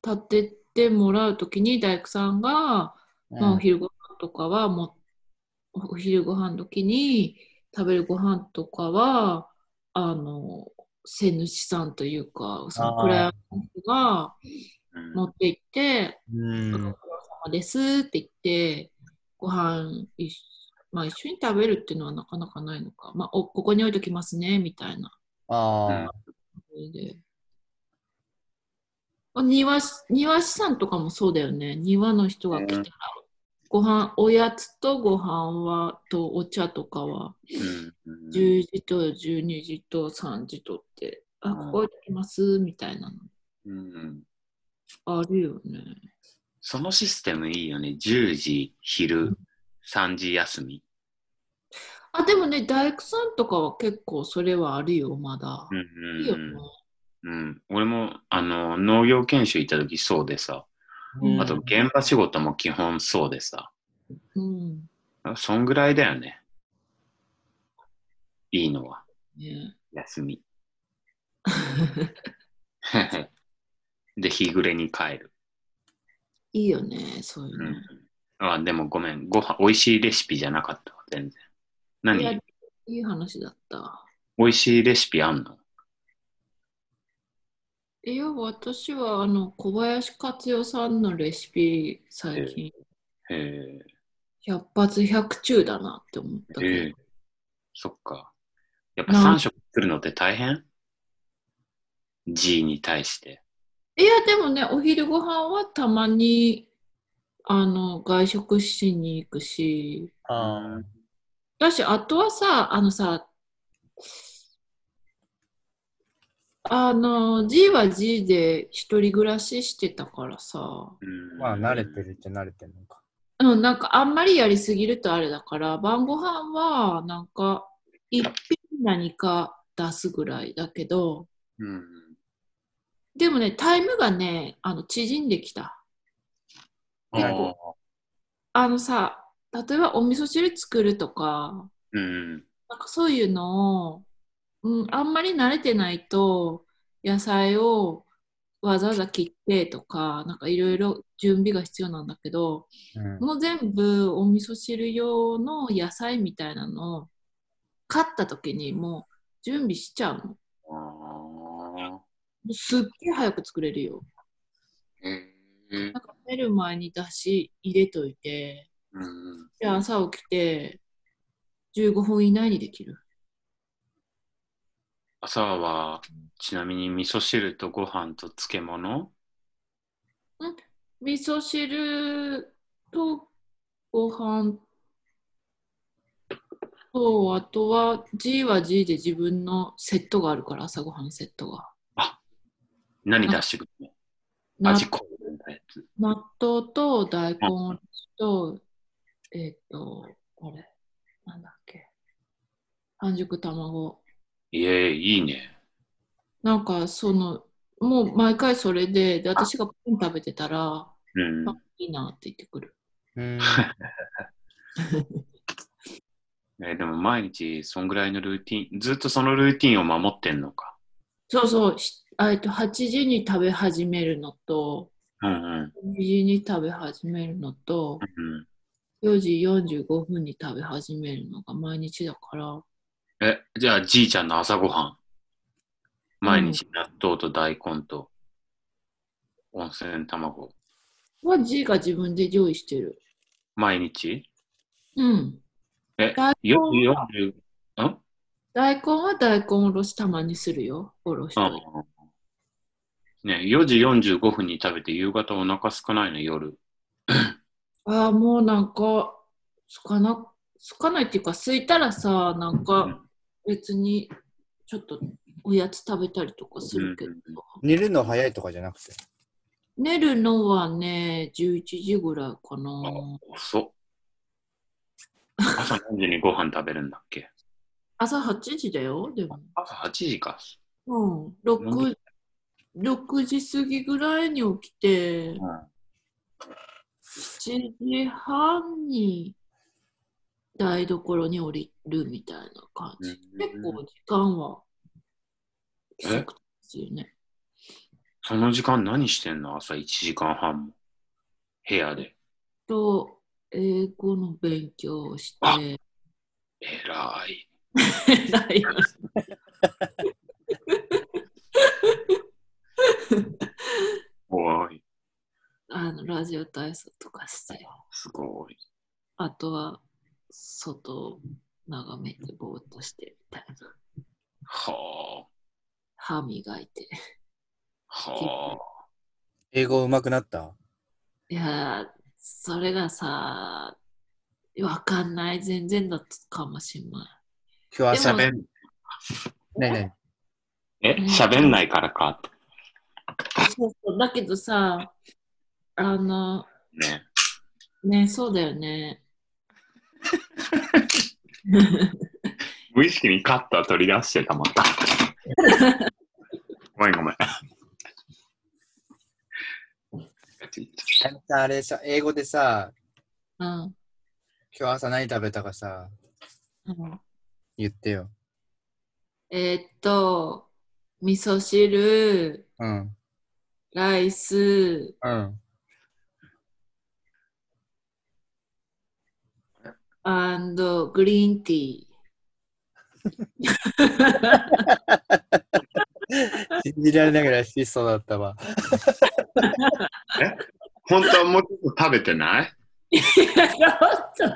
建ててもらうときに大工さんが、まあ、お昼ご飯とかはもう、お昼ご飯時に食べるご飯とかは、あの、せ主さんというか、そのクライアントが、うん持って行って、うん。ご苦労様ですって言って、ご飯一緒、まあ、一緒に食べるっていうのはなかなかないのか。まあ、おここに置いときますね、みたいなああ、感じで。あ庭師庭師さんとかもそうだよね。庭の人が来たら、ご飯、おやつとご飯は、とお茶とかは、うんうん10時と12時と3時とって、あ、ここ置いときます、みたいなうんのあるよね。そのシステムいいよね。10時、昼、3時休み。あ、でもね、大工さんとかは結構それはあるよ、まだうん。いいよね。うん、俺もあの農業研修行った時そうでさ、うんあと現場仕事も基本そうでさ、うん。そんぐらいだよね。いいのは、ね (laughs) 休み。 (laughs) で、日暮れに帰る。いいよね、そういううの。ん、あでもごめん、ご飯美味しいレシピじゃなかったわ、全然。いやい何い話だった。美味しいレシピあんのいや、私はあの小林克代さんのレシピ、最近、へ百発百中だなって思ったけえど、へえそっか。やっぱなん3食作るのって大変 ?G に対して。いや、でもね、お昼ご飯はたまにあの外食しに行くし、あーだし、あとはさ、あのさ、あの、G は G で一人暮らししてたからさ、うんまあ、慣れてるっちゃ慣れてるのか。うん、なんかあんまりやりすぎるとあれだから、晩ご飯はなんか一品何か出すぐらいだけど、うん。でもね、タイムがね、あの縮んできた。あ結ー構あのさ、例えばお味噌汁作るとか、うん。なんかそういうのをうん、あんまり慣れてないと野菜をわざわざ切ってとかなんかいろいろ準備が必要なんだけどうんもう全部お味噌汁用の野菜みたいなのを買った時にもう準備しちゃうのもあうすっげえ早く作れるよーうんなんか出る前にだし入れといてうんで朝起きて15分以内にできる朝はちなみに味噌汁とご飯と漬物味噌汁とご飯とあとは G は G で自分のセットがあるから朝ごはんセットが何出してくるのな味濃いみたいなやつ。納豆と大根とえっ、とあれなんだっけ半熟卵いえ、いいね。なんかそのもう毎回それでで私がパン食べてたらうん。あいいなって言ってくるうんえーでも毎日そんぐらいのルーティン、ずっとそのルーティンを守ってんのか。そうそうしあえっと8時に食べ始めるのとうんうん。 2時に食べ始めるのとうん、 4時45分に食べ始めるのが毎日だからえ、じゃあじいちゃんの朝ごはん。毎日納豆と大根と温泉卵。は G が自分で用意してる毎日うんえ大根 ?4 時40、ん大根は大根おろしたまにするよおろしといてうんね、4時45分に食べて夕方お腹少ないの夜。ああもうなんかすかなすかないっていうかすいたらさなんか別にちょっとおやつ食べたりとかするけど、うんうん寝るの早いとかじゃなくて。寝るのはね11時ぐらいかな遅 (laughs) っ。朝何時にご飯食べるんだっけ朝8時だよでも朝8時か。うんなん6 6時過ぎぐらいに起きてうん7時半に台所に降りるみたいな感じ、結構時間は規則ですよねその時間何してんの朝1時間半も。部屋で。と英語の勉強をして (laughs) あえら (laughs) い。偉いよおい。あのラジオ体操とかしてすごい。あとは外を眺めてぼーっとしてみたいなは歯磨いてあ。はあ。英語上手くなったいやー、それがさ、わかんない、全然だったかもしんな今で日朝もべん。ないない。え、喋んないからかって。い。そうそうだけどさ、あの、ね。ね、そうだよね。 (laughs) 無意識にカッター取り出して (laughs) たまた。ごめんごめ (laughs) ん。あのさあれさ、英語でさ、うん。今日朝何食べたかさ、うん言ってよ。えーっと、味噌汁、うん。ライス、うん。アンドグリーンティー。信じられながら質素だったわ。本当はもうちょっと食べてないちょっと、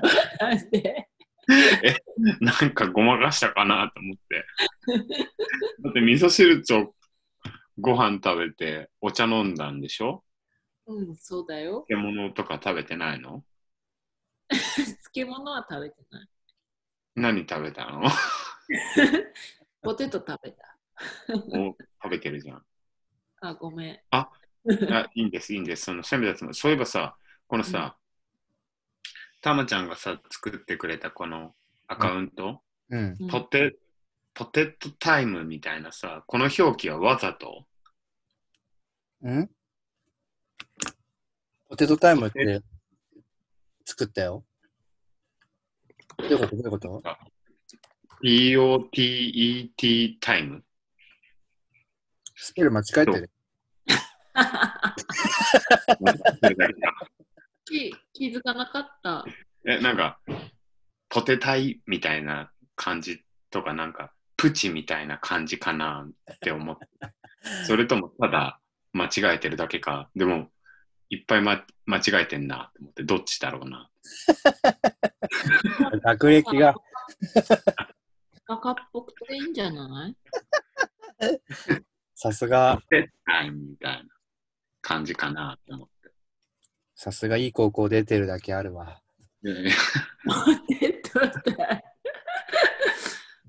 なんでなんかごまかしたかなと思って。だって味噌汁とご飯食べてお茶飲んだんでしょうん、そうだよ。 (laughs) 漬物とか食べてないの漬物は食べてない。何食べた (laughs) のポテト食べた。もう食べてるじゃん。あ、ごめん。あいいんです、いいんです。そのせめてつもそういえばさ、このさ、たまちゃんがさ、作ってくれたこのアカウント、うん。うんポテポテトタイムみたいなさ、この表記はわざとうんポテトタイムって作ったよ。どういうことどういうこと POTET タイ (laughs) ム。スペル間違えてる。 (laughs) 気気づかなかった。え、なんか、ポテタイみたいな感じとか、なんか、プチみたいな感じかなって思 (laughs) って。それとも、ただ、間違えてるだけか。でも、いっぱい、ま、間違えてんなと思って、どっちだろうな。学歴が。バカっぽくていいんじゃないさすが、ポテタイみたいな感じかなと思って。さすがいい高校出てるだけあるわ。でえっと待って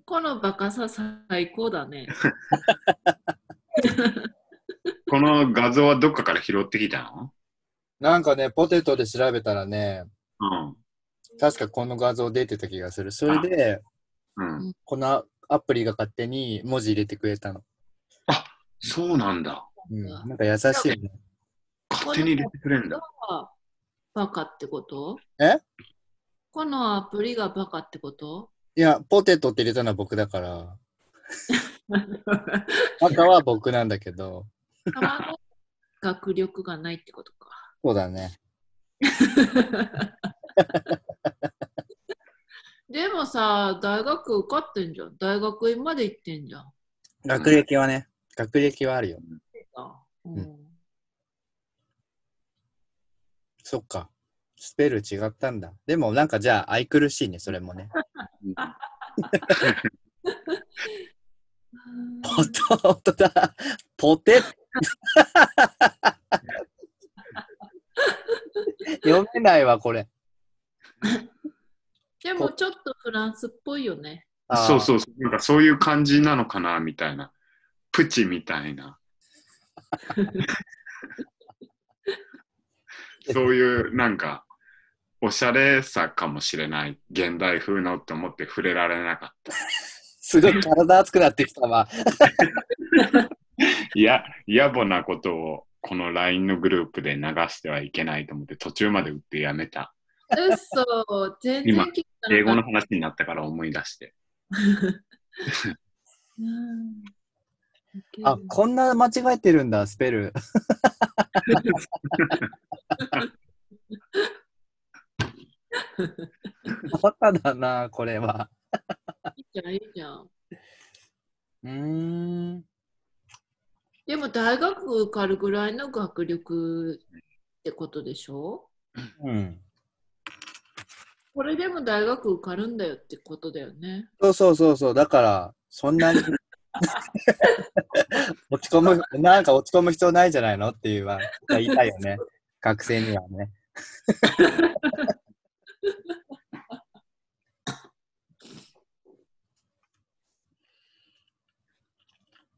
このバカさ最高だね。 (laughs) この画像はどっかから拾ってきたのなんかね、ポテトで調べたらね、うん。確かこの画像出てた気がする。それで、うん。このアプリが勝手に文字入れてくれたの。そうなんだ。うん、なんか優しいね。勝手に入れてくれんだ。あバカってことえこのアプリがバカってこといや、ポテトって入れたのは僕だから、赤は僕なんだけど、卵学力がないってことか。 (laughs) そうだね。でもさ、大学受かってんじゃん。大学院まで行ってんじゃん。学歴はね、学歴はあるよ。うんそっか。スペル違ったんだ。でもなんかじゃあ愛くるしいね、それもね。ポうト、本当だ。ポテ読めないわ、これ。んでもちょっとフランスっぽいよね。あーそうそうそう。なんかそういう感じなのかなみたいな。プチみたいな。そういうなんか、おしゃれさかもしれない。現代風のって思って触れられなかった。すごい体熱くなってきたわ。いや、野暮なことをこの LINE のグループで流してはいけないと思って途中まで打ってやめた。うそ、全然聞いた英語な (laughs) のかっ話になったから思い出して。たうんあ、こんな間違えてるんだ、スペル。 (laughs) バカだな、これは。いいじゃん、いいじゃん。うーん。でも大学受かるぐらいの学力ってことでしょうん。これでも大学受かるんだよってことだよね。そうそうそうそう、だから、そんなに落ち込む、なんか落ち込む必要ないんじゃないのっていうは言いたいよね、学生にはね。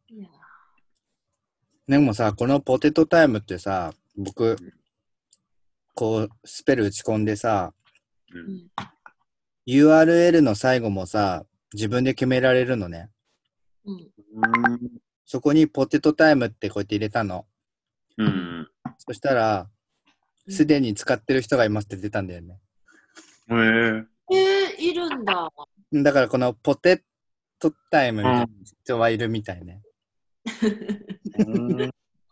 いやでもさ、このポテトタイムってさ、僕、こう、スペル打ち込んでさ、うん URL の最後もさ、自分で決められるのね。うん、そこにポテトタイムってこうやって入れたの。うん。そしたら、うんすでに使ってる人がいますって出たんだよね。へええー、いるんだ。だからこのポテトタイムみたいなうん人はいるみたいね。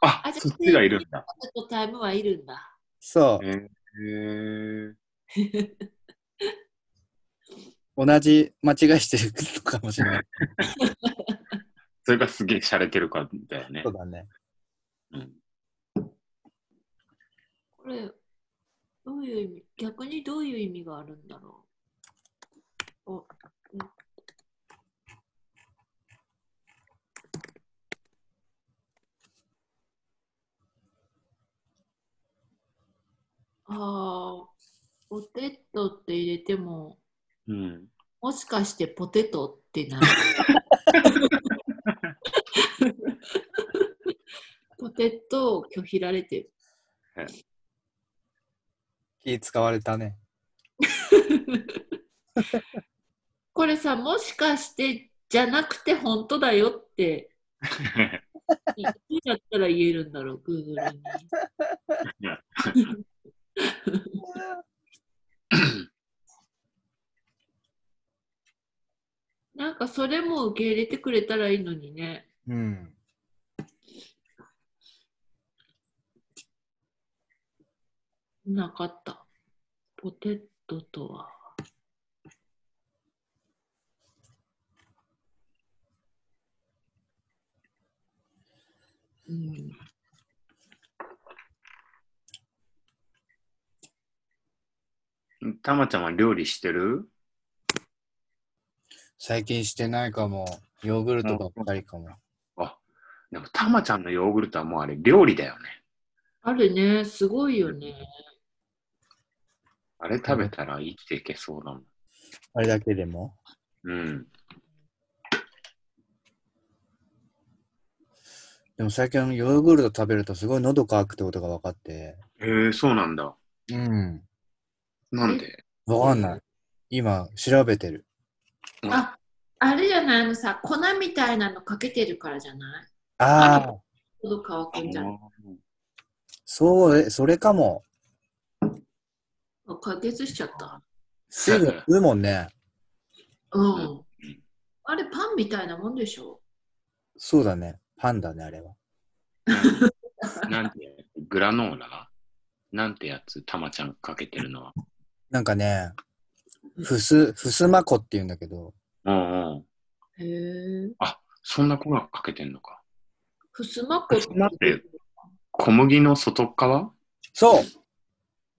ああ、そっちがいるんだ。ポテトタイムはいるんだ。そう。へ同じ間違いしてるのかもしれない。それがすげえ洒落てるかだよねそ。うだね。うんこれ、どういう意味、逆にどういう意味があるんだろう。おうんああ、ポテトって入れても、うんもしかしてポテトってなる。 (laughs) ポテトを拒否られてる。気使われたね。 (laughs) これさもしかしてじゃなくて本当だよっていどうやったら言えるんだろう Google に。なんかそれも受け入れてくれたらいいのにね。うん。なかった。ポテトとは。うん、たまちゃんは料理してる最近してないかも。ヨーグルトばっかりかも。でもたまちゃんのヨーグルトはもうあれ料理だよね。あるね、すごいよね。あれ食べたら生きていけそうだもん。あれだけでもうん。でも最近あのヨーグルト食べるとすごい喉乾くってことが分かって。へえそうなんだ。うん。なんで分かんない。今、調べてる。あ、あれじゃないあのさ、粉みたいなのかけてるからじゃないああ、喉乾くんじゃん。そうえ、それかも。解決しちゃった。水分吸うもんね。うん。うんあれ、パンみたいなもんでしょそうだね。パンだね、あれは。なんてグラノーラなんてやつたまちゃんかけてるのは。なんかね、ふす、ふすまこって言うんだけど、うんうん。へえ。そんな粉かけてんのか。ふすまこふすまって小麦の外側そう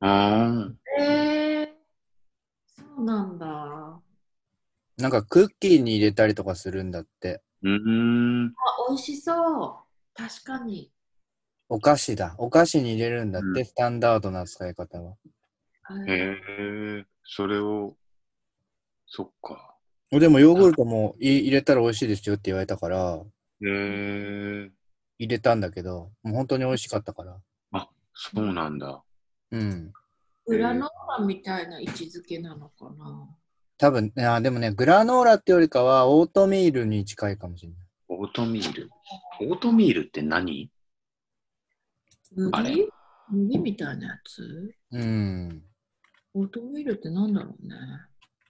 あへえ。そうなんだ。なんかクッキーに入れたりとかするんだって。ーうーん。あ、美味しそう。確かに。お菓子だ。お菓子に入れるんだって、うんスタンダードな使い方は。へえそれを、そっか。でもヨーグルトもい入れたら美味しいですよって言われたから、へえ入れたんだけど、もう本当に美味しかったから。そうなんだ。うん。グラノーラみたいな位置づけなのかな。多分、あーでもね、グラノーラってよりかは、オートミールに近いかもしれない。オートミール。オートミールって何麦あれ麦みたいなやつうん。オートミールってなんだろうね。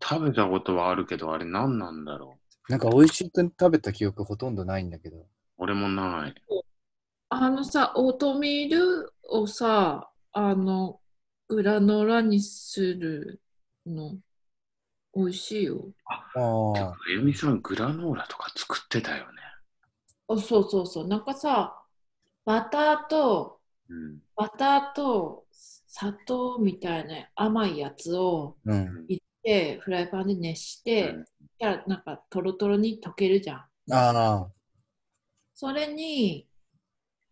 食べたことはあるけど、あれ何なんだろう。なんか美味しく食べた記憶ほとんどないんだけど。俺もない。あのさ、オートミールをさ、あの、グラノーラにするの、美味しいよ。であもあ、、えみさん、グラノーラとか作ってたよね。あ、そうそうそう。なんかさ、バターとうん。バターと砂糖みたいな甘いやつをうん。でフライパンで熱して、うんじゃあなんかトロトロに溶けるじゃん。ああ、それに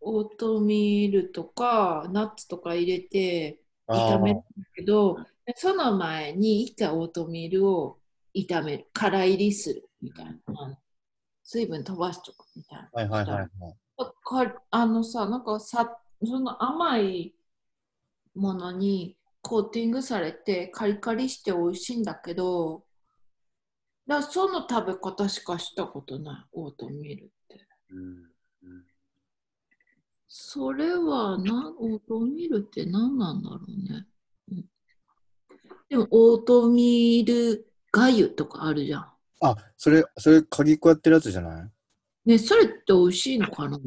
オートミールとかナッツとか入れてああ炒めるんだけどその前に一回オートミールを炒めるから入りするみたいなあの水分飛ばしとくみたいな。はいはいはいはい。かあのさなんかさその甘いものにコーティングされてカリカリして美味しいんだけどだからその食べ方しかしたことないオートミールってうんそれはなオートミールって何なんだろうね、うんでもオートミールがゆとかあるじゃんあ、それ、それ、鍵こやってるやつじゃないねそれって美味しいのかな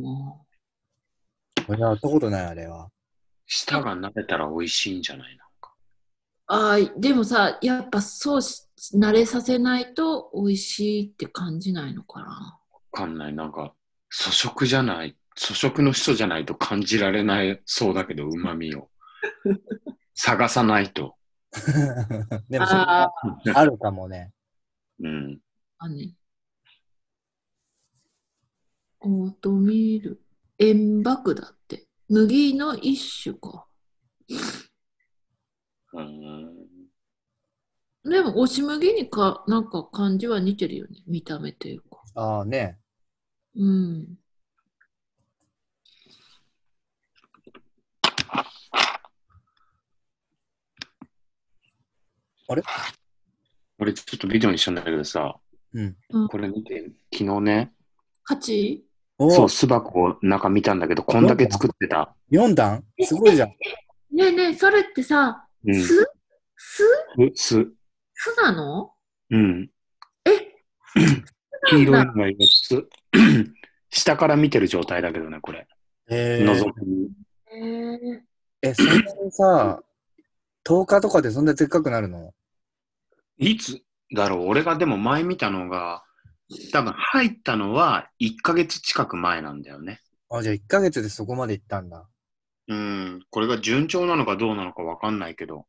俺やったことない、あれは。 (laughs) 舌が慣れたら美味しいんじゃないのか。あーでもさやっぱそうし慣れさせないと美味しいって感じないのかなわかんない。なんか、粗食じゃない。粗食の人じゃないと感じられないそうだけど、旨味を。探さないと。でも、それあはあるかもね。うん。あねオートミール塩爆だって麦の一種かうん。でも押し麦にかなんか感じは似てるよね見た目というかああね。うん俺ちょっとビデオにしたんだけどさ、うんこれ見て、昨日ね、価値おそおう、、巣箱を中見たんだけど、こんだけ作ってた。 4段すごいじゃん。ねえねえそれってさ、うん。酢巣酢巣。酢なのうん。黄色いのが4つ。 (clears throat) 下から見てる状態だけどね、これ。え覗き見えー、え、そんなにさ、10日とかでそんなでっかくなるのいつだろう俺がでも前見たのが、多分入ったのは1ヶ月近く前なんだよね。あ、じゃあ1ヶ月でそこまで行ったんだ。うん、これが順調なのかどうなのかわかんないけど、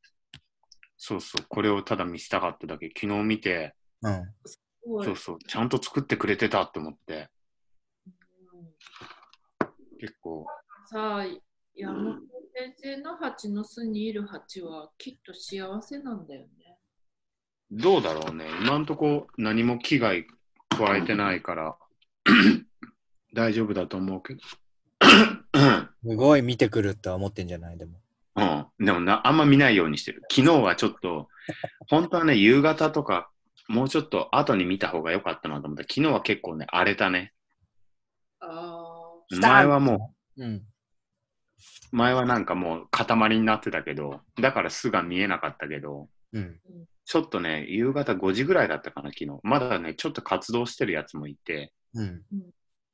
そうそう、これをただ見せたかっただけ。昨日見て、うん。すごいそうそう、ちゃんと作ってくれてたって思って、うん結構、さあ、山本先生の蜂の巣にいる蜂はきっと幸せなんだよね。どうだろうね。今んとこ何も危害加えてないから、 (clears throat) 大丈夫だと思うけど。 (clears throat) すごい見てくるとは思ってんじゃないでも。うん、でもな、あんま見ないようにしてる。昨日はちょっと、本当はね、夕方とか、もうちょっと後に見た方が良かったなと思った。昨日は結構ね、荒れたね。ああ、前はもうん。う、前はなんかもう塊になってたけど、だから巣が見えなかったけど、うん。ちょっとね、夕方5時ぐらいだったかな、昨日。まだね、ちょっと活動してるやつもいて、うん。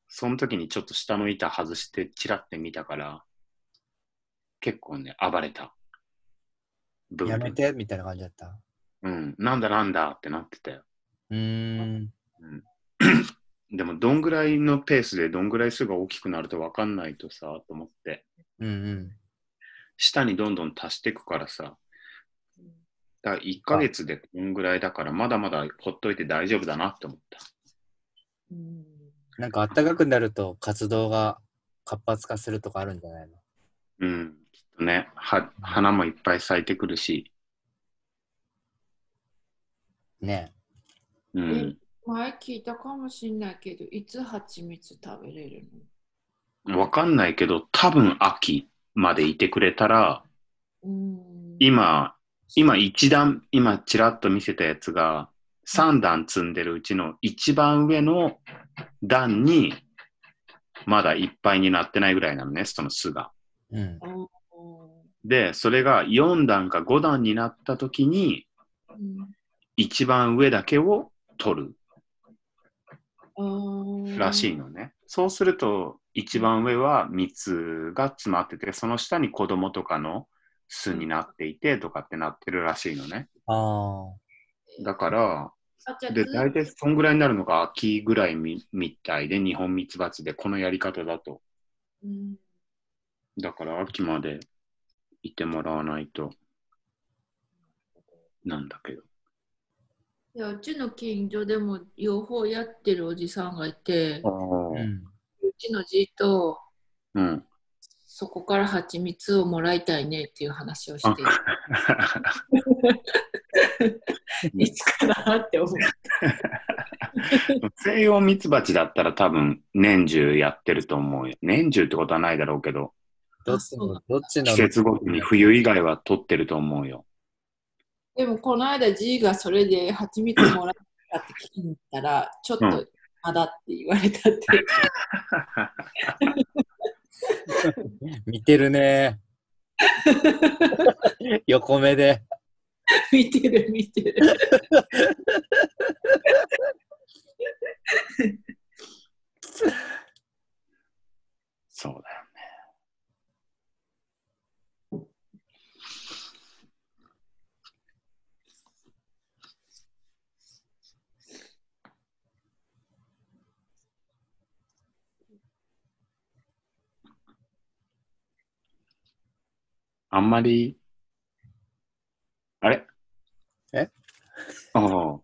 その時にちょっと下の板外して、チラって見たから、結構ね、暴れた。ブンブやンめてみたいな感じだった。うん、なんだなんだってなってたよ。うーん。でも、どんぐらいのペースでどんぐらい巣が大きくなると分かんないとさ、と思って、うんうん。下にどんどん足していくからさ、だから1ヶ月でこんぐらいだから、まだまだほっといて大丈夫だなって思った。うん、なんか暖かくなると活動が活発化するとかあるんじゃないのうん、きっとね、は花もいっぱい咲いてくるし、ねううんん、前聞いたかもしれないけど、いつ蜂蜜食べれる分かんないけど、多分秋までいてくれたら、のうん、今、今一段、今ちらっと見せたやつが、3段積んでるうちの一番上の段に、まだいっぱいになってないぐらいなのね、その巣が。え。うん。で、それが4段か5段になった時に、うん一番上だけを取るらしい。あのね。そうすると、一番上は蜜が詰まってて、その下に子供とかの巣になっていてとかってなってるらしいのね。あだから、ーあじゃあで、ず大体そんぐらいになるのが秋ぐらいみみたいで、日本ミツバチで、このやり方だと。うん、だから秋までいてもらわないと、なんだけど。いやうちの近所でも養蜂やってるおじさんがいて、あ。うん。うちのじいとうん。そこから蜂蜜をもらいたいねっていう話をして、いつかなって思う。西洋ミツバチだったら多分年中やってると思うよ。年中ってことはないだろうけど、どっちの、どっち季の、節ごとに冬以外は取ってると思うよ。でもこの間、じいがそれで蜂蜜もらったって聞きに行ったら、ちょっうんとまだって言われたって。見てる (laughs) ね横目で。見てる、見てる。そうだよね。あんまり、あれえああ。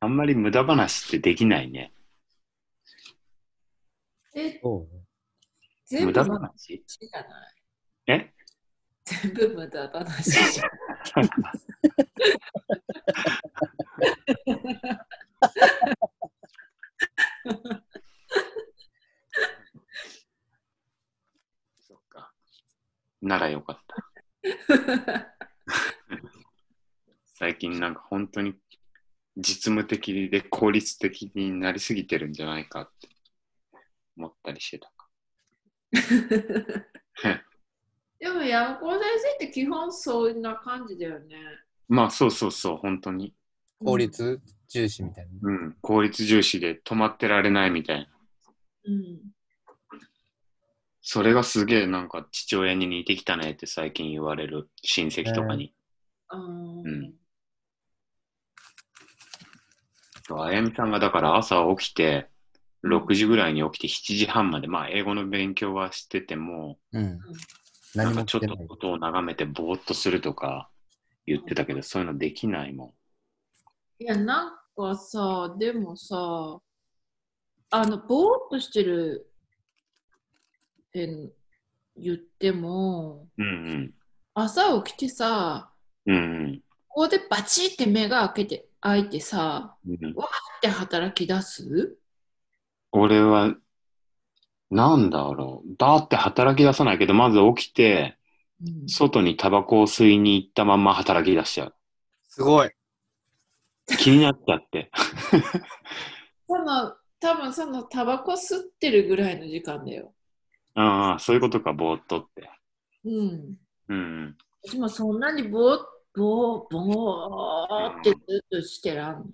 あんまり無駄話ってできないね。え、そ全無部駄無駄話話じゃないえ全部無駄話じゃない。そっか。ならよかった。最近なんか本当に実務的で効率的になりすぎてるんじゃないかって思ったりしてたか。 (laughs) でも山本先生って基本そんな感じだよね。まあそうそうそう、本当に。効率重視みたいな。うん、効率重視で止まってられないみたいな。うん。それがすげえなんか父親に似てきたねって最近言われる親戚とかに。あーうんあやみさんがだから朝起きて、6時ぐらいに起きて7時半まで、まあ英語の勉強はしてても、うん。な何んかもちょしってとない。音を眺めてぼーっとするとか言ってたけど、そういうのできないもん。いや、なんかさ、でもさ、あの、ぼーっとしてるって言っても、うん朝起きてさ、うん。うんここでバチって目が開けて、開いてさ、うん。うん、って働き出す俺は、なんだろう。だって働き出さないけど、まず起きて、うん外にタバコを吸いに行ったまんま働き出しちゃう。すごい。気になっちゃって。 (laughs) その、多分その、タバコ吸ってるぐらいの時間だよ。ああ、そういうことか、ぼーっとって。うん。うんうん。でもそんなにぼー、ぼー、ぼーってずっとしてらん。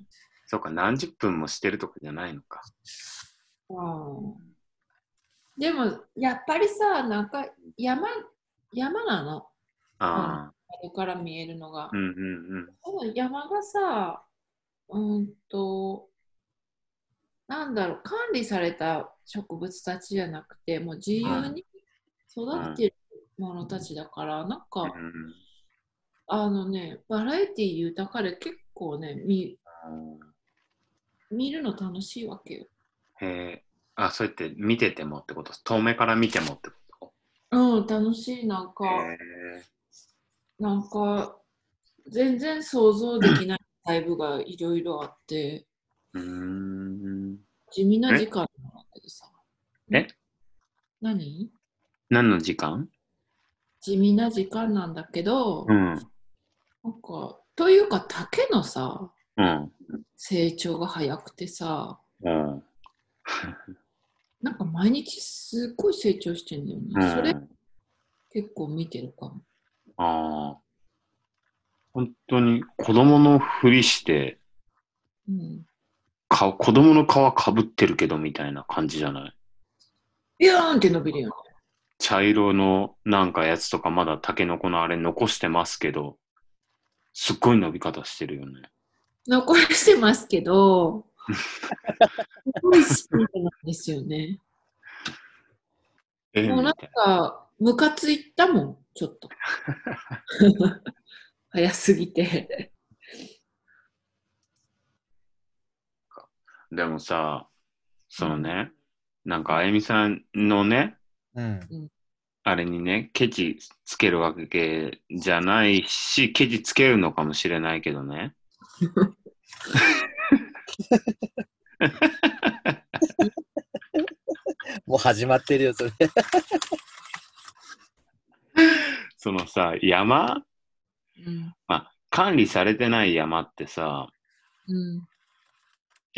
そうか、何十分もしてるとかじゃないのか。うんでも、やっぱりさ、なんか、山、山なの。ああ、あれから見えるのがう。んうんうん。その山がさ、うーんと、なんだろう、管理された植物たちじゃなくて、もう自由に育ってるものたちだから、なんか、うんうんあのね、バラエティ豊かで結構ね、見見るの楽しいわけよ。えー、あ、そうやって見ててもってこと遠目から見てもってこうん、楽しい、なんかと、なんか、全然想像できないライブがいろいろあって、うーん。地味な時間なんだけどさ。え何何の時間地味な時間なんだけど、うなん。んか、というか竹のさ、うん。成長が早くてさ、うん。なんか毎日すっごい成長してんだよね。うんそれ結構見てるかも。ああ。本当に子供のふりして、うん、か子供の皮かぶってるけどみたいな感じじゃないビューンって伸びるよね。茶色のなんかやつとかまだタケノコのあれ残してますけど、すっごい伸び方してるよね。残してますけど、すごいスピードなんですよね。ええもうなんみたいか、ムカついたもん、ちょっと。 (laughs) 早すぎて。な。でもさ、そのね、なんかあゆみさんのね、うん。あれにね、ケチつけるわけじゃないし、ケチつけるのかもしれないけどね。もう始まってるよ、それ。そのさ、山うん。管理されてない山ってさ、うん。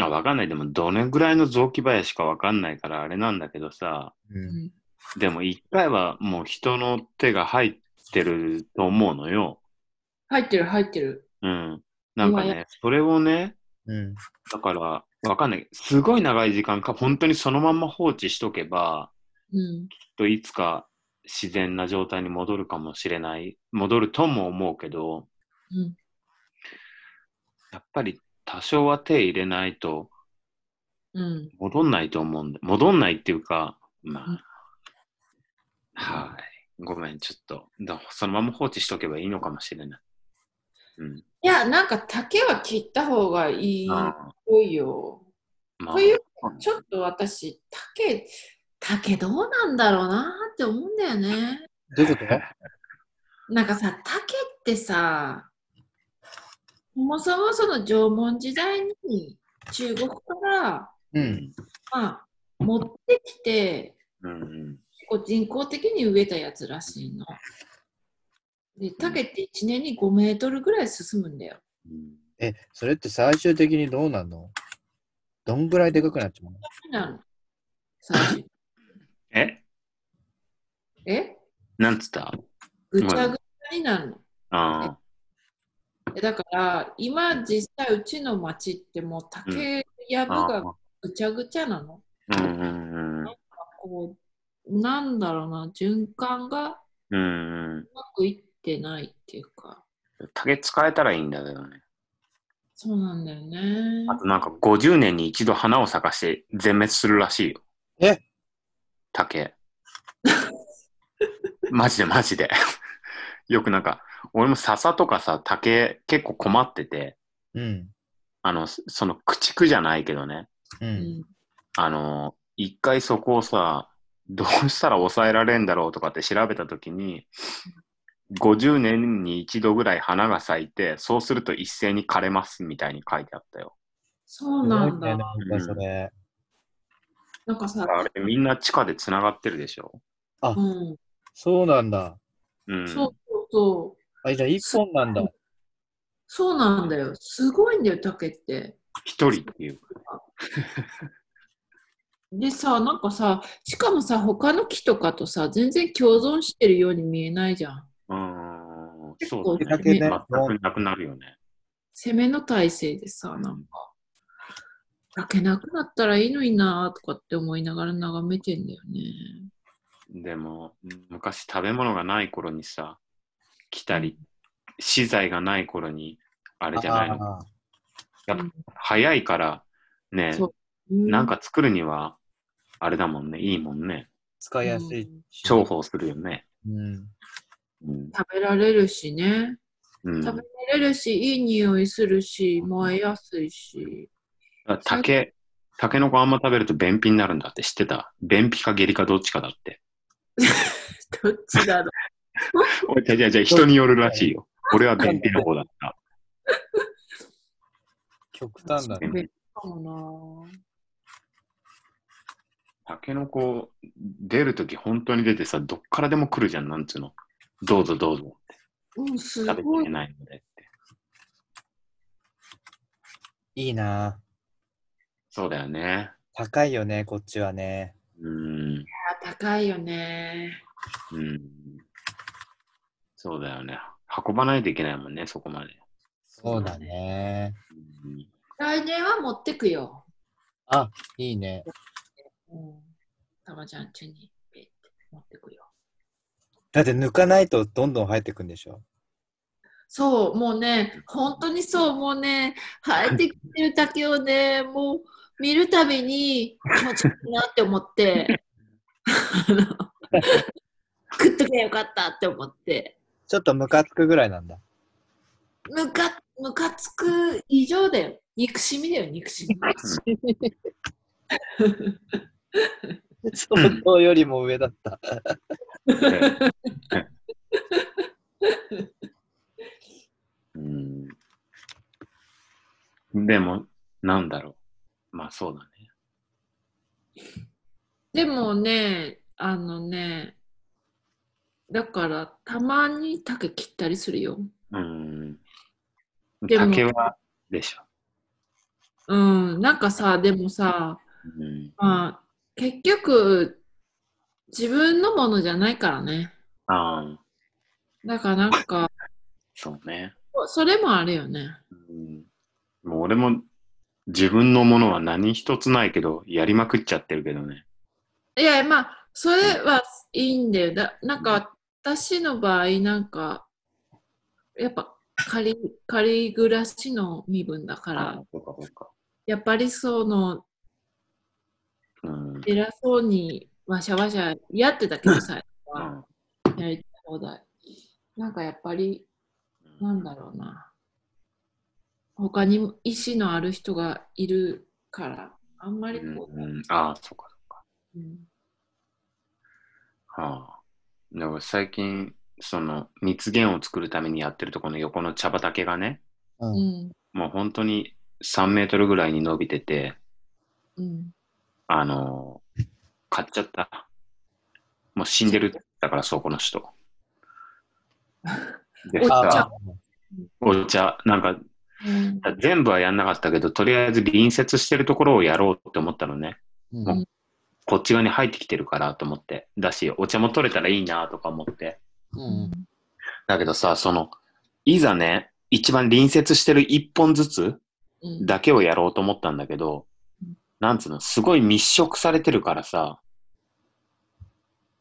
あわかんない。でも、どれぐらいの雑木林かわかんないから、あれなんだけどさ、うん。でも一回はもう人の手が入ってると思うのよ。入ってる、入ってる。うん。なんかうわね、それをね、うん。だから、わかんない。すごい長い時間か、本当にそのまんま放置しとけば、うん。きっといつか自然な状態に戻るかもしれない。戻るとも思うけど、うん。やっぱり多少は手入れないとうん。戻んないと思うんで、戻んないっていうか、まうんあ、はい。ごめん、ちょっと、どそのまま放置しとけばいいのかもしれない。うん。いや、なんか竹は切った方がいいっあぽいよ。ーまあと、いうか、ちょっと私、竹、竹どうなんだろうなって思うんだよね。どういうことなんかさ、竹ってさ、そもそもその縄文時代に中国から、うん。まあ、持ってきて、うんうん。こう人工的に植えたやつらしいの。で、竹って1年に5メートルぐらい進むんだよ。うんえ、それって最終的にどうなんのどんぐらいでかくなっちゃうのなの。最初ええなんつったぐちゃぐちゃになるの。ああ。えだから今実際うちの町ってもう竹やぶがぐちゃぐちゃなの。うんうんこうなんだろうな循環がうんうんうんうまくいってないっていうか竹使えたらいいんだけどねそうなんだよねあ。となんか50年に一度花を咲かして全滅するらしいよえ竹 (laughs) マジでマジで (laughs) よくなんか俺も笹とかさ竹結構困っててうん。あのその駆逐じゃないけどねう。うんんあの、一回そこをさ、どうしたら抑えられんだろうとかって調べたときに、50年に一度ぐらい花が咲いて、そうすると一斉に枯れますみたいに書いてあったよ。そうなんだ。すごいねなんかそなれ。んかさ、あれ、みんな地下でつながってるでしょ。うん、そうなんだ。うん。そうそうそう。あ、じゃあ一本なんだ。そうなんだよ。すごいんだよ、竹って。一人っていう。でさ、なんかさ、しかもさ、他の木とかとさ、全然共存してるように見えないじゃん。うーん。結そ構うだだね。けね全くなくなるよね。攻めの体制でさ、なんか、竹なくなったらいいのになとかって思いながら眺めてんだよね。でも、昔食べ物がない頃にさ、来たり、資材がない頃に、あれじゃないのああやっぱ早いからね、そううなんか作るにはあれだもんね、いいもんね。使いやすいし。重宝するよね。うん。うん。食べられるしね。うん、だ食べかられるし、いい匂いするし、燃えやすいし。 (laughs) ら竹、タケノコあんま食べると便秘になるんだって知ってた便秘か下痢かどっちかだって。どっちだろう。おいじゃあじゃあじゃあ人によるらしいよ。俺は便秘の方だった。極端だね。別かもな。タケノコ出るとき本当に出てさ、どっからでも来るじゃん、なんつうの。どうぞどうぞ。うん、す食べごきいれ。ないのでって。いいな。そうだよね。高いよね、こっちはね。うん。高いよね。うん。そうだよね。運ばないといけないもんね、そこまで。そうだね。うん来年は持ってくよ。いいね。うん。たまちゃん家に、ペッて持ってくよ。だって抜かないとどんどん生えてくんでしょ。そう、もうね、本当にそう、もうね、生えてきてる竹をね、もう見るたびに気持ちいいなって思って、あの食っときゃよかったって思って、ちょっとムカつくぐらいなんだ。むかむかつく以上だよ。憎しみだよ、憎しみ。想像よりも上だった。うんでも、なんだろう。まあそうだね。でもね、あのね、だからたまに竹切ったりするよ。うん。でも竹はでしょ。うん、なんかさ、でもさ、うん、まあ、結局、自分のものじゃないからね。ああ、だからなんか、そうね、それもあるよね。うん。もう俺も自分のものは何一つないけど、やりまくっちゃってるけどね。いや、まあ、それはいいんだよ。だなんか、私の場合、なんか、やっぱ、仮、仮暮らしの身分だから、そうか、そうか。やっぱりその、うん。うん偉そうにわしゃわしゃやってたけどさ、やり放題。なんかやっぱり、なんだろうな。他にも意思のある人がいるから、あんまりこう、うん、ああ、そうか。うんはあ、でも最近、その蜜源を作るためにやってるとこの横の茶畑がね、う。うんん、もう本当に3メートルぐらいに伸びてて、うん、あのー買っちゃった。もう死んでるって言ったから、そうこの人。でお茶さ、お茶、なんかうん、全部はやんなかったけど、とりあえず隣接してるところをやろうって思ったのね。うんこっち側に入ってきてるからと思って。だし、お茶も取れたらいいなとか思って。うん。だけどさ、その、いざね、一番隣接してる一本ずつうんだけをやろうと思ったんだけどうん、なんつうの、すごい密食されてるからさ、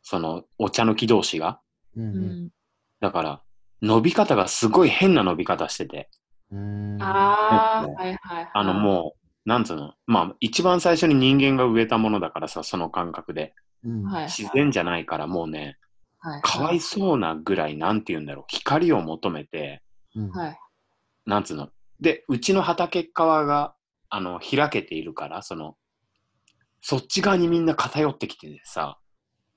その、お茶の木同士が。ううんんだから、伸び方がすごい変な伸び方してて、うん。うんああ、はいはいはい。あのもう、なんつうの、まあ、一番最初に人間が植えたものだからさ、その感覚で。うんはいはい自然じゃないから、もうね、はいかわいそうなぐらい、なんて言うんだろう、光を求めて、うんはい。なんつうの。で、うちの畑側が、あの、開けているから、その、そっち側にみんな偏ってきててさ、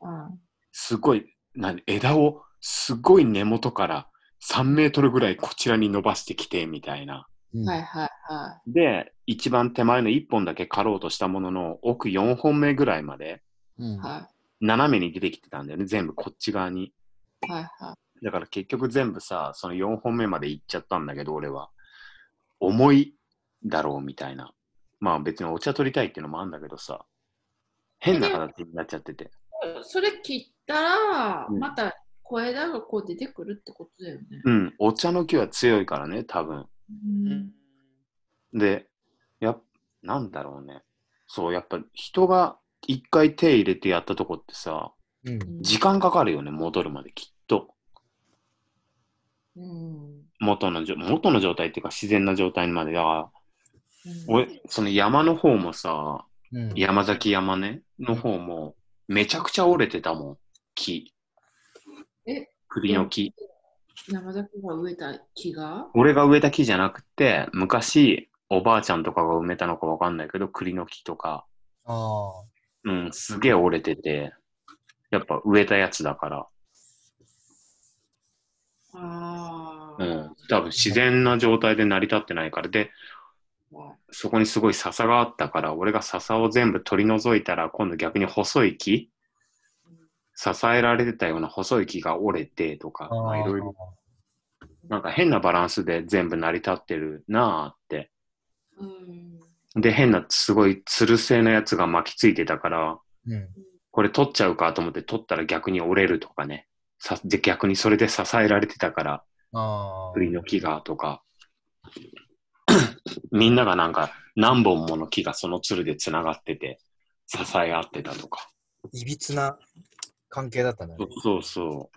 うんすごい、な枝をすごい根元から3メートルぐらいこちらに伸ばしてきて、みたいな。うんはいはいはで、一番手前の1本だけ刈ろうとしたものの、奥4本目ぐらいまで、うんい。は斜めに出てきてたんだよね、全部こっち側に。いはいはだから結局全部さ、その4本目まで行っちゃったんだけど、俺は。重いだろうみたいな。まあ別にお茶取りたいっていうのもあるんだけどさ、変な形になっちゃってて。い。それ切ったら、うんまた小枝がこう出てくるってことだよね。うん、お茶の木は強いからね、多分。うんで、やっ、なんだろうね。そう、やっぱ人が一回手入れてやったとこってさ、うん時間かかるよね、戻るまできっと。うん元のじょ元の状態っていうか自然な状態にまで。だから、うん俺、その山の方もさ、うん山崎山根の方も、めちゃくちゃ折れてたもん、木。え栗の木。山崎が植えた木が俺が植えた木じゃなくて、昔、おばあちゃんとかが埋めたのかわかんないけど、栗の木とか、あうん、すげえ折れてて、やっぱ植えたやつだから、ああ、うん、多分自然な状態で成り立ってないから、で、そこにすごい笹があったから、俺が笹を全部取り除いたら、今度逆に細い木、支えられてたような細い木が折れてとか、あ。まあいろいろあなんか変なバランスで全部成り立ってるなーって。うんで、変なすごいつる性のやつが巻きついてたから、ー。うん。これ取っちゃうかと思って取ったら逆に折れるとかね。さで逆にそれで支えられてたから、ああ。栗の木がとか。 (clears throat) みんながなんか何本もの木がそのつるでつながってて、支え合ってたとか。いびつな関係だったねそ。うそうそ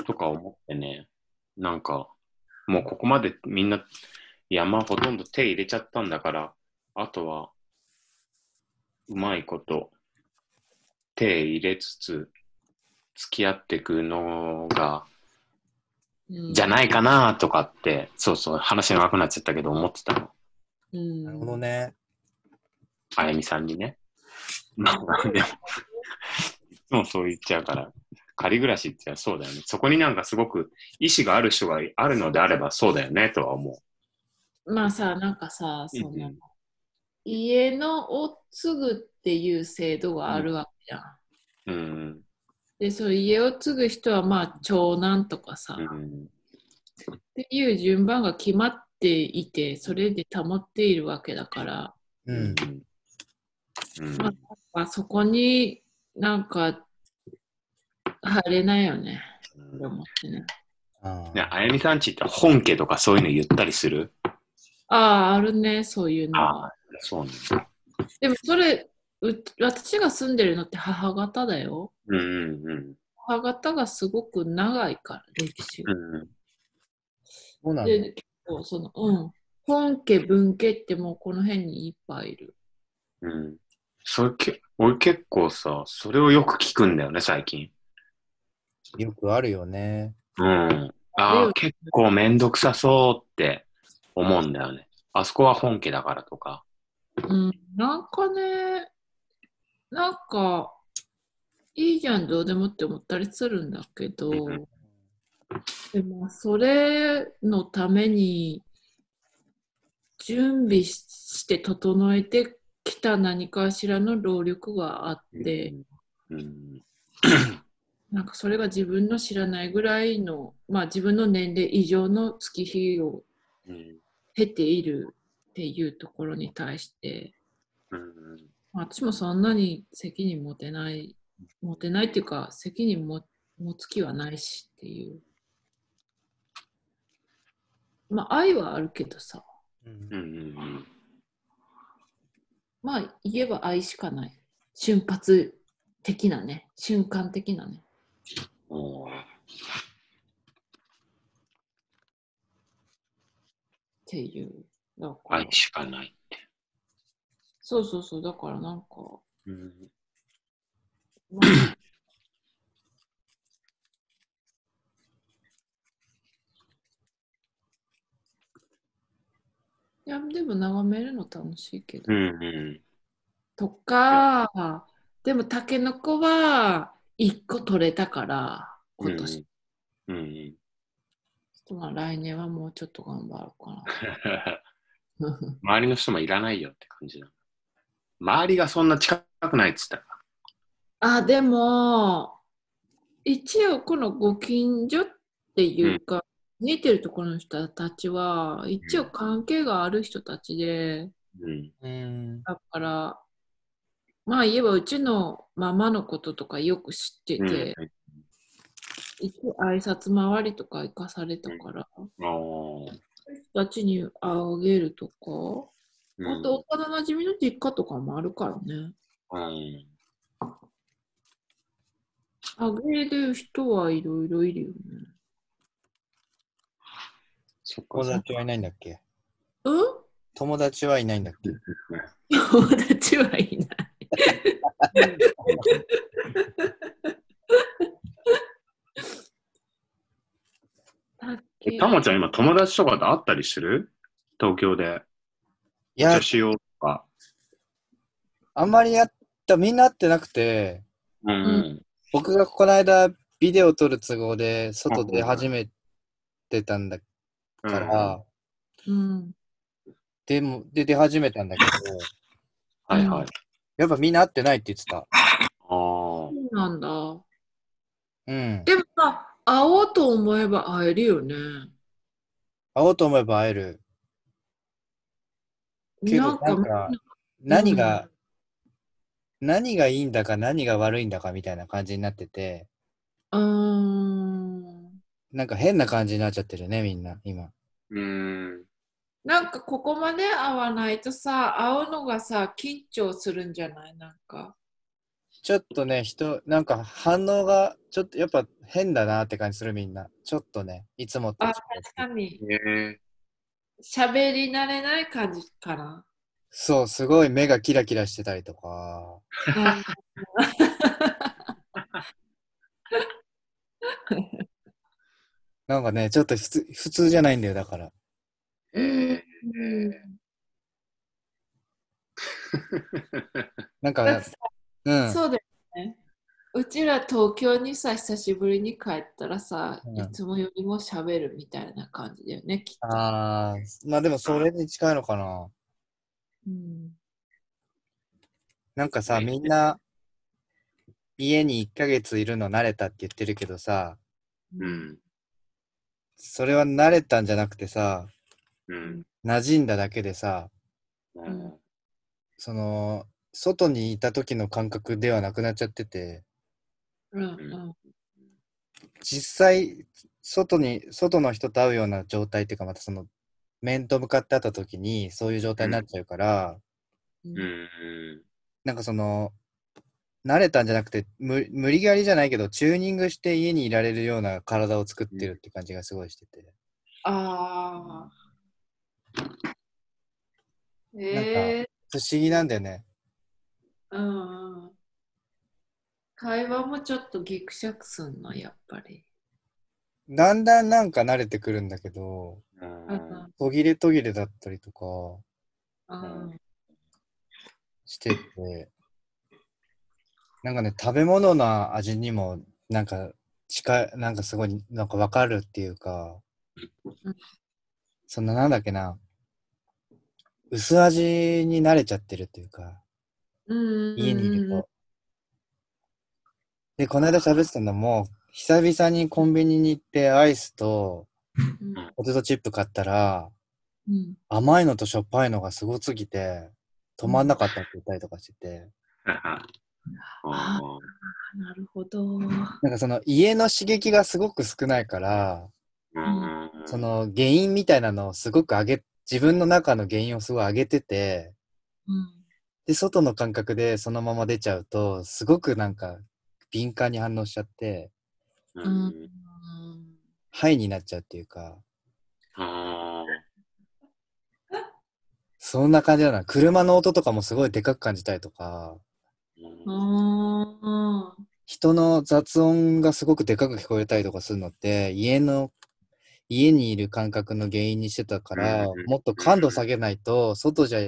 う。とか思ってね、なんか、もうここまでみんな山ほとんど手入れちゃったんだから、あとは、うまいこと、手入れつつ、付き合っていくのが、うんじゃないかなとかって、そうそう、話長くなっちゃったけど思ってたの。うんなるほどね。あやみさんにね。まあ、でも、いつもそう言っちゃうから、仮暮らしってそうだよね。そこになんかすごく意志がある人があるのであればそうだよねとは思まあさ、なんかさ、そうんうのん家のを継ぐっていう制度があるわけじゃん。う。うん。で、その家を継ぐ人は、まあ、長男とかさ、うっん。ていう順番が決まっていて、それで保っているわけだから、ううんん。うんまあ、そこになんか入れないよね、と思ってね。あね、あやみさんちって本家とかそういうの言ったりするああ、あるね、そういうのあはあ。、そうなんだ。でもそれう、私が住んでるのって母方だよ。うんうんうん母方がすごく長いから、歴史うが。んうん。そうなんだ。で、結構その、うん。本家、文家ってもうこの辺にいっぱいいる。うん。それけ俺結構さ、それをよく聞くんだよね、最近。よくあるよね。うん。あうあ、ん結構めんどくさそうって思うんだよね。あそこは本家だからとか。うん、なんかね、なんか、いいじゃん、どうでもって思ったりするんだけど、うんでも、それのために、準備しして整えてきた何かしらの労力があって、うん。なんかそれが自分の知らないぐらいの、まあ自分の年齢以上の月日をうん。経ているっていうところに対して、うん。まあ私もそんなに責任持てない、持てないっていうか、責任も持つ気はないしっていう。まあ、愛はあるけどさ。ううんんうんうん。まあ、言えば愛しかない。瞬発的なね。瞬間的なね。おーっていう。だから愛しかない。そうそうそう。だからなんか、うん、まあいや、でも眺めるの楽しいけどう。んうん。とか、でもタケノコは1個取れたから、今年。ちょうんうん。っとまあ来年はもうちょっと頑張ろうかな。周りの人もいらないよって感じなの。周りがそんな近くないっつったら。あ、でも、一応このご近所っていうか、似てるところの人たちは、一応関係がある人たちで、うん。うん。だから、まあ言えばうちのママのこととかよく知ってうんて、一応挨拶回りとか行かされたから、うん、おーそういう人たちにあげるとか、うんあと、幼なじみの実家とかもあるからね。うん。あげる人はいろいろいるよね。そっか友。達はいないんだっけうん友達はいないんだっけ友達はいない。だっ (laughs) けえたまちゃん、今、友達とかと会ったりしてる東京で。い女や、子用とか。あんまりやった、みんな会ってなくて、うんうん僕がこの間ビデオ撮る都合で外出始めてたんだうん。から、うん。でも、で出始めたんだけど、はいはい。やっぱみんな会ってないって言ってた。ああそ。うなんだ。うん。でもさ、会おうと思えば会えるよね。会おうと思えば会える。けど、なんか、何が、何がいいんだか何が悪いんだかみたいな感じになってて、うーん。なんか変な感じになっちゃってるね、みんな、今。うん。なんかここまで会わないとさ、会うのがさ、緊張するんじゃないなんか。ちょっとね、人、なんか反応が、ちょっとやっぱ変だなって感じする、みんな。ちょっとね、いつもと違あ、う。確かに。え喋り慣れない感じかな。そう、すごい目がキラキラしてたりとか。なんかね、ちょっと普通普通じゃないんだよ、だから。ー、えうんー。なんか、だってさうん。そうだよね。うちら東京にさ、久しぶりに帰ったらさ、うんいつもよりも喋るみたいな感じだよね、きっと。ああ、まあでもそれに近いのかな。うん、なんかさ、ねみんな、家に1ヶ月いるの慣れたって言ってるけどさ、うん。それは慣れたんじゃなくてさ、うん。馴染んだだけでさ、うんその、外にいた時の感覚ではなくなっちゃってて、うんうん実際、外に、外の人と会うような状態っていうか、またその、面と向かって会った時に、そういう状態になっちゃうから、うんうん。なんかその、慣れたんじゃなくて無、無理やりじゃないけど、チューニングして家にいられるような体を作ってるって感じがすごいしてて。ああ。え不思議なんだよね。ー、うんうん。会話もちょっとギクシャクすんの、やっぱり。だんだんなんか慣れてくるんだけど、ううんん途切れ途切れだったりとかうんしてて、なんかね、食べ物の味にも、なんか近い、なんかすごい、なんかわかるっていうかうん、そんななんだっけな、薄味に慣れちゃってるっていうか、うん家にいるうんと。で、この間喋ってたのも、久々にコンビニに行ってアイスとポテトチップ買ったら、うん甘いのとしょっぱいのがすごすぎて、止まんなかったって言ったりとかしてて、ああなるほど。なんかその家の刺激がすごく少ないから、ーうんその原因みたいなのをすごく上げ、自分の中の原因をすごい上げてて、うん。で、外の感覚でそのまま出ちゃうと、すごくなんか敏感に反応しちゃって、ううんん。うんハイになっちゃうっていうか、あそんな感じだな。車の音とかもすごいでかく感じたりとか、ーあー人の雑音がすごくでかく聞こえたりとかするのって、家の、家にいる感覚の原因にしてたからうん、もっと感度下げないと、外じゃ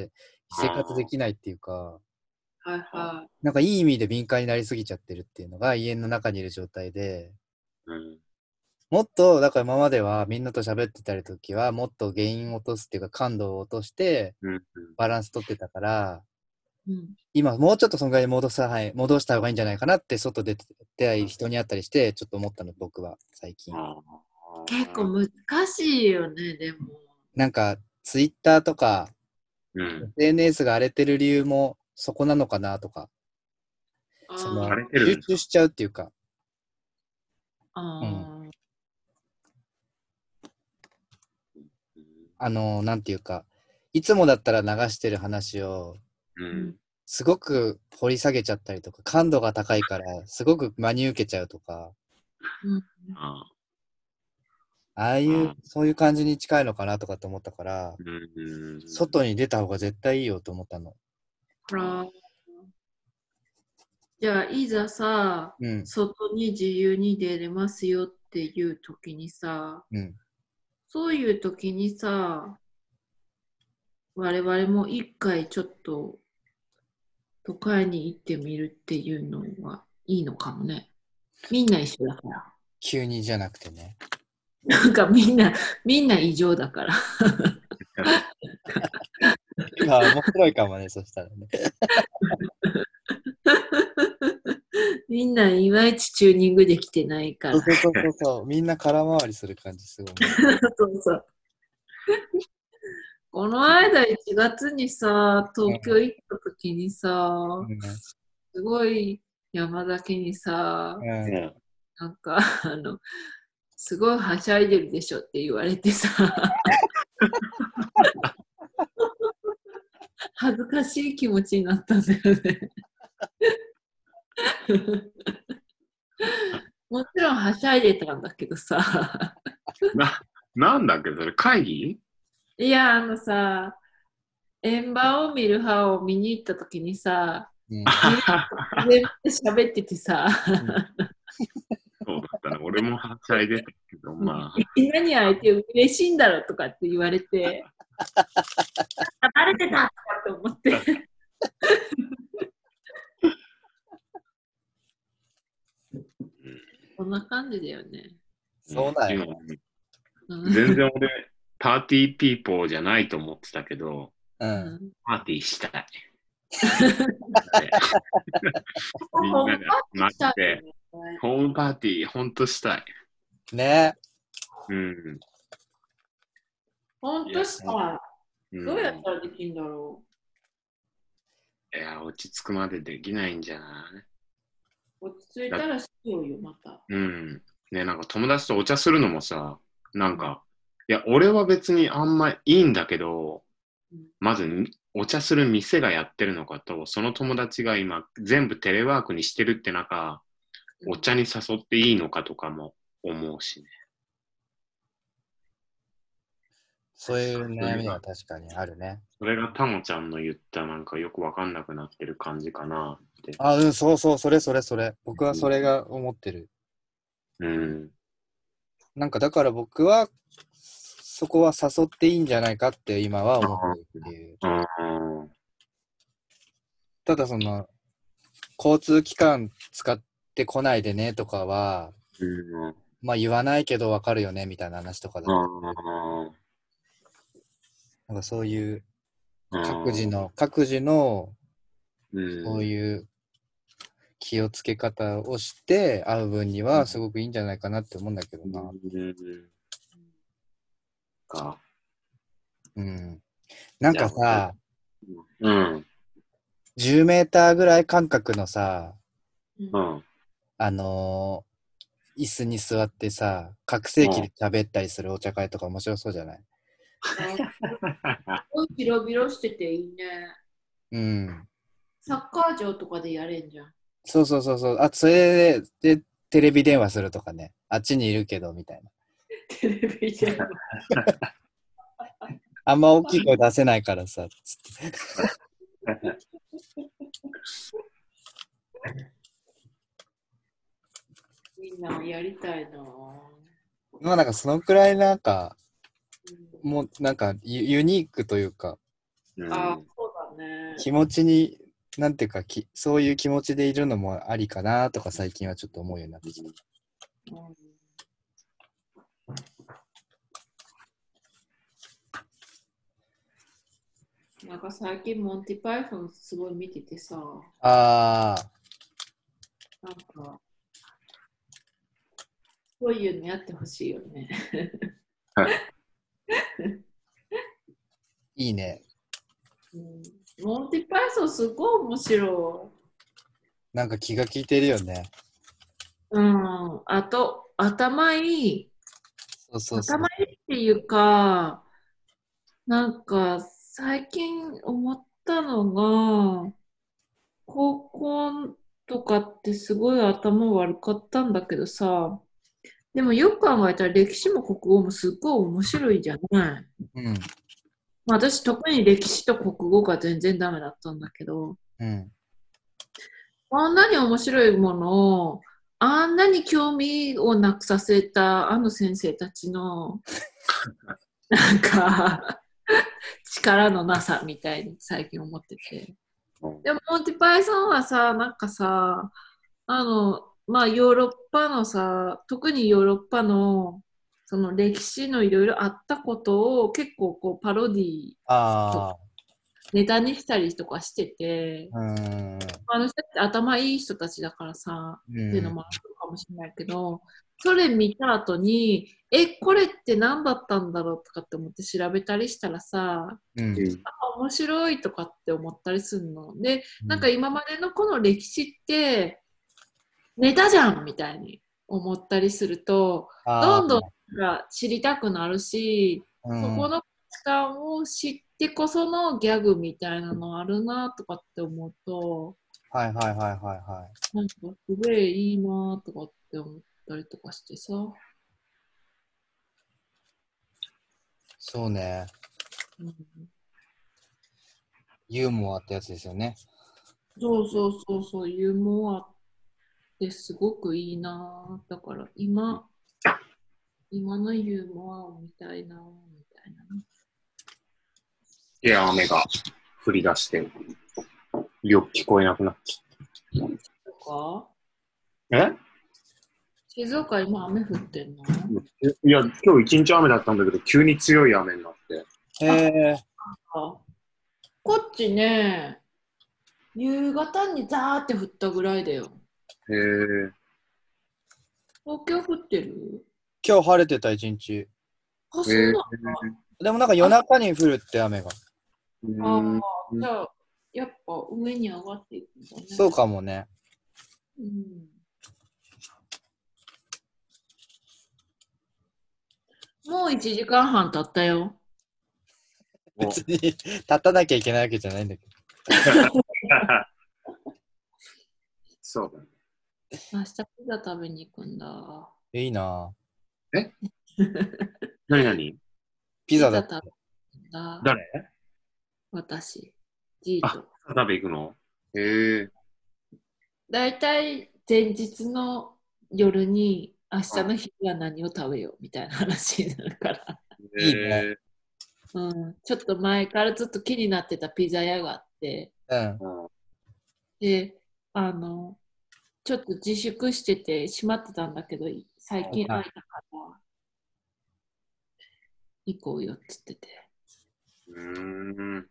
生活できないっていうか、はいはい。なんかいい意味で敏感になりすぎちゃってるっていうのが家の中にいる状態で、うん。もっと、だから今まではみんなと喋ってたりときは、もっと原因を落とすっていうか感度を落としてうん。バランス取ってたから、うん。今もうちょっとそのぐらいに戻さない、戻した方がいいんじゃないかなって外出てて、人に会ったりして、ちょっと思ったの僕は最近。あー結構難しいよね、でも。なんか、ツイッターとか、うん。 SNS が荒れてる理由もそこなのかなとか、あそのー荒れてるん集だ中しちゃうっていうか、あー。あの、なんていうか、いつもだったら流してる話をうん。すごく掘り下げちゃったりとか、感度が高いから、すごく真に受けちゃうとか、あ、ああいううんそういう感じに近いのかなとかって思ったから、ーうん。外に出た方が絶対いいよと思ったの。ほら。じゃあ、いざさ、うん、外に自由に出れますよっていう時にさ、うん、そういう時にさ、我々も一回ちょっと都会に行ってみるっていうのはいいのかもね。みんな一緒だから。急にじゃなくて (laughs) ね。なんかみんな、みんな異常だから。あ面白いかもね、そしたらね。みんないまいちチューニングできてないかそうら。そうそうそうそう、みんな空回りする感じ、すごい。そうそう。この間1月にさ、東京行った時にさ、 (laughs) うすごい山崎にさ、んうんねなんかあの、すごいはしゃいでるでしょって言われてさ、恥ずかしい気持ちになったんだよね。もちろんはしゃいでたんだけどさ、な、なんだっけ、それ、会議いや、あのさ、円盤を見る派を見に行った時にさ、うん全部喋っててさ、そうだったな。俺もはしゃいでたけど、まあ。みんなに会えて嬉しいんだろうとかって言われて、あバレてたとかって思 (laughs) って。こんな感じだよね。そうだよ。うん全然俺、パーティーピーポーじゃないと思ってたけど、うん。パーティーしたい。みんなで集まって、ホームパーティー、ほんとしたい。ねうん。本当さ、うんどうやったらできるんだろ。いや、落ち着くまでできないんじゃないう落ち着いたらしようよ、また。うん。ね、なんか友達とお茶するのもさ、なんか、いや、俺は別にあんまいいんだけどうん、まずみお茶する店がやってるのかと、その友達が今全部テレワークにしてるって中、お茶に誘っていいのかとかも思うしね。そういう悩みは確かにあるね。それがタモちゃんの言ったなんかよくわかんなくなってる感じかなって。あ、うん、そうそう、それそれそれ。僕はそれが思ってる。うん。なんかだから僕は、そこは誘っていいんじゃないかって今は思ってるっていう。ああ。ただその、交通機関使ってこないでねとかは、うん。まあ言わないけどわかるよねみたいな話とかだと、あなんかそういうあ。各自の、各自のうん、そういう気をつけ方をして会う分にはすごくいいんじゃないかなって思うんだけどな。うん。か。うん。なんかさ、うん。 10メーターぐらい間隔のさ、うんうん。あのー椅子に座ってさ、拡声器で喋ったりするお茶会とか面白そうじゃないすごい広々してていいね。うん。サッカー場とかでやれん (laughs) じゃん。そうそうそうそう。あ、それで、で、テレビ電話するとかね。あっちにいるけど、みたいな。テレビで。あんま大きい声出せないからさ、つって。みんなやりたいなぁ。まあなんかそのくらいなんうか、んもうなんかユユニークというか、うんあ、そうだね。気持ちに、なんていうかき、そういう気持ちでいるのもありかなとか最近はちょっと思うようになってきた。うんなんか最近モンティパイフォンすごい見ててさ、ああ、なんか、そういうのやってほしいよね。いいね。うんモンティパイソンすごい面白い。なんか気が利いてるよね。うん、あと、頭いい。そうそうそう頭。いいっていうか、なんか最近思ったのが、高校とかってすごい頭悪かったんだけどさ、でもよく考えたら歴史も国語もすっごい面白いじゃない。うん。まあ、私特に歴史と国語が全然ダメだったんだけど、うん。あんなに面白いものを、あんなに興味をなくさせたあの先生たちの、なんか、力のなさみたいに最近思ってて。うんでも、モンティパイソンはさ、なんかさ、あの、まあ、ヨーロッパのさ、特にヨーロッパの、その歴史のいろいろあったことを結構こうパロディあネタにしたりとかしてて、あ、うーん。あの人って頭いい人たちだからさ、うんっていうのもあるかもしれないけど、それ見た後に、え、これって何だったんだろうとかって思って調べたりしたらさ、うんあ面白いとかって思ったりするの。で、なんか今までのこの歴史って、ネタじゃんみたいに思ったりすると、どんどんなんか知りたくなるし、うそこん、の時間を知ってこそのギャグみたいなのあるなとかって思うと、はいはいはいはいはい。なんかすごいいいなとかって思ったりとかしてさ。そうね。うんユーモアってやつですよね。そうそうそうそう、ユーモアってすごくいいなだから今、今のユーモアを見たいなみたいな。いや、雨が降り出して、よく聞こえなくなっちとか、ゃった。静岡今雨降ってんのえいや、今日一日雨だったんだけど、急に強い雨になって。へえ。あこっちね、夕方にザーって降ったぐらいだよ。へえ。東京降ってる今日晴れてた一日。あ、そうへえなの、でもなんか夜中に降るって雨が。うあんーじゃあ、やっぱ上に上がっていくんだね。そうかもね。うんもう1時間半経ったよ。別に立たなきゃいけないわけじゃないんだけど。そうだね。明日ピザ食べに行くんだ。いいなぁなになにピザだって食べに行くんだ。誰私、ジート。食べ行くのへえ。だいたい前日の夜に明日の昼は何を食べようみたいな話になるから。いいねうん、ちょっと前からずっと気になってたピザ屋があって。うん。うんで、あの、ちょっと自粛してて閉まってたんだけど、最近は会えたから、行こうよって言ってて。うーん。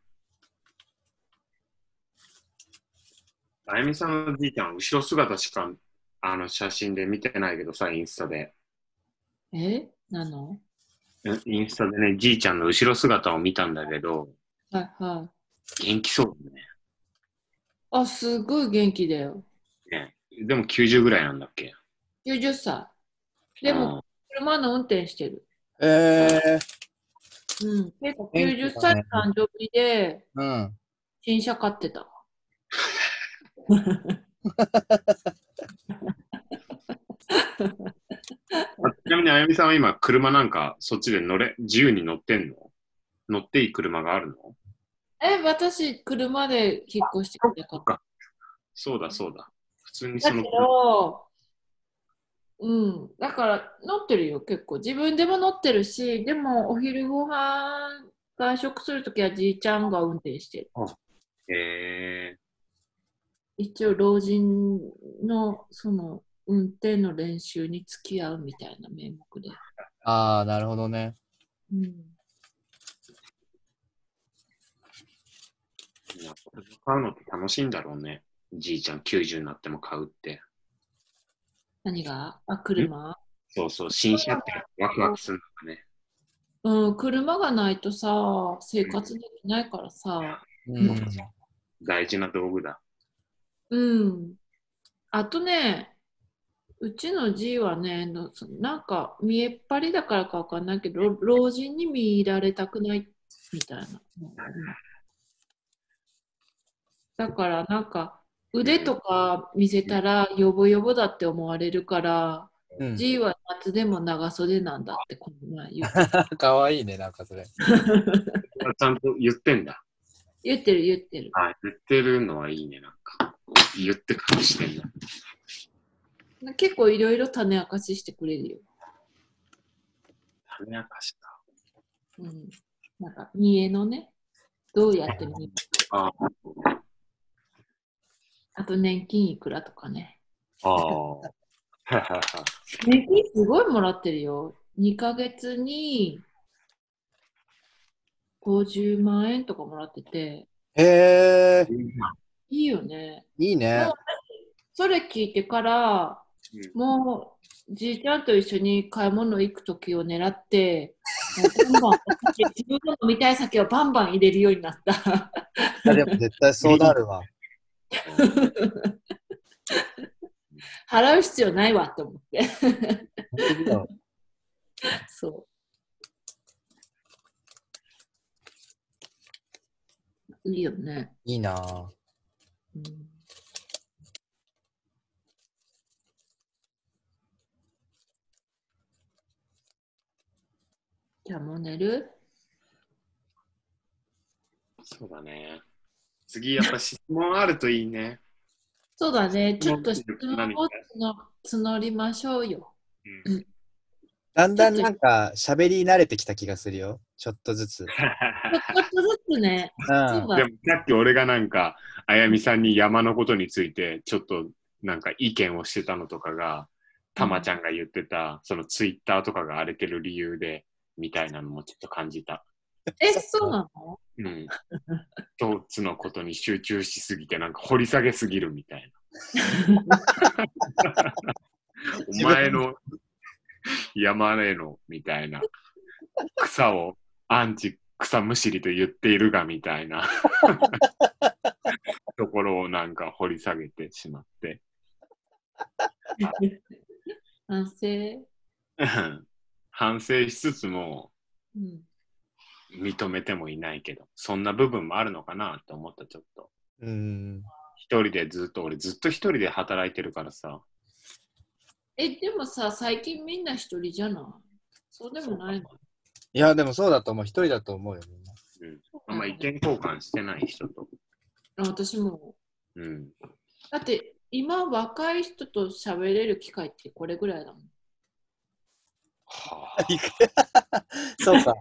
あゆみさんのじいちゃん、後ろ姿しかあの写真で見てないけどさ、インスタで。えなのえインスタでね、じいちゃんの後ろ姿を見たんだけど、はいはい。元気そうだね。あ、すごい元気だよ。ねでも90ぐらいなんだっけ90歳。でも、車の運転してる。えー、うん。結構元気だね90歳の誕生日でうん。新車買ってた。あちなみにあやみさんは今、車なんかそっちで乗れ、自由に乗ってんの乗っていい車があるのえ、私、車で引っ越してきたから。そうだそうだ。普通にだそけの、ど、うん、だから乗ってるよ、結構。自分でも乗ってるし、でもお昼ご飯外食するときはじいちゃんが運転してる。え一応、老人のその運転の練習に付き合うみたいな名目で。ああ、なるほどね。うん、ー、いや買うのって楽しいんだろうね。じいちゃん90になっても買うって。何があ、車そうそう、新車ってワクワクするのかね。うん、車がないとさ、生活できないからさ。うん。大事な道具だ。うん。あとね、うちのじはね、のそなんか見えっ張りだからかわかんないけど、老老人に見入られたくないみたいな。うんだからなんか腕とか見せたらヨボヨボだって思われるから、うん、じは夏でも長袖なんだってこの前言うかわいいね、なんかそれ。ちゃんと言ってんだ。言ってる言ってる。あ言ってるのはいいね、なんか。言って隠してんだ。結構いろいろ種明かししてくれるよ。種明かしだ。うん、なんか見栄のね、どうやって見栄ああと年金いくらとかね。あ。は (laughs) はは年金すごいもらってるよ。2ヶ月に50万円とかもらってて、へえ、いいよね。いいね。それ聞いてから、うもうじいちゃんと一緒に買い物行くときを狙って、もうバンバン自分の飲みたい酒をバンバン入れるようになった。いやでも絶対そうなるわ。払う必要ないわと思って。本当だよそう。いいよね。いいなぁ。うんじゃあもう寝るそうだね。次、やっぱ質問あるといいね。そうだね、ちょっと質問何をつの募りましょうよ。うんだんだんなんか喋り慣れてきた気がするよ。ちょっとずつ。ちょっとずつね、う。そうんだでもさっき俺がなんか、あやみさんに山のことについて、ちょっとなんか意見をしてたのとかが、たまちゃんが言ってた、そのツイッターとかが荒れてる理由で、みたいなのもちょっと感じた。え、そうなのうん。一つのことに集中しすぎて、なんか掘り下げすぎるみたい (laughs) な。お前の山への、みたいな。草をアンチ草むしりと言っているが、みたいな。ところをなんか掘り下げてしまって。反省、うん反省しつつも、うん、認めてもいないけど、そんな部分もあるのかなと思った、ちょっと。うん。一人でずっと俺ずっと一人で働いてるからさえ、でもさ、最近みんな一人じゃないそうでもないのいや、でもそうだと思う。一人だと思うよ、みんな。あんま意見交換してない人とあ私も。うんだって今若い人と喋れる機会ってこれぐらいだもん。はあ (laughs) そうか。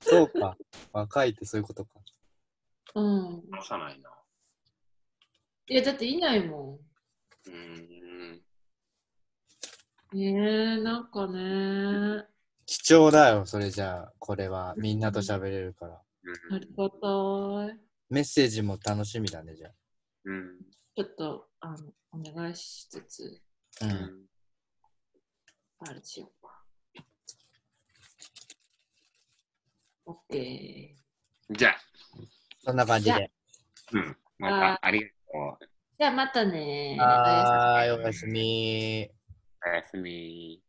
そうか。若いってそういうことか。うん。話さないないやだっていないもうーんん。ねえ、なんかね。貴重だよ、それじゃあ。これは。みんなと喋れるから。ありがたい。メッセージも楽しみだね、じゃうんちょっとあのお願いしつつ、あ。う。うんんあれしようか。オッケー。じゃあそんな感じで。うんまたありがとうじゃあまたねはーい、おやすみ。おやすみ。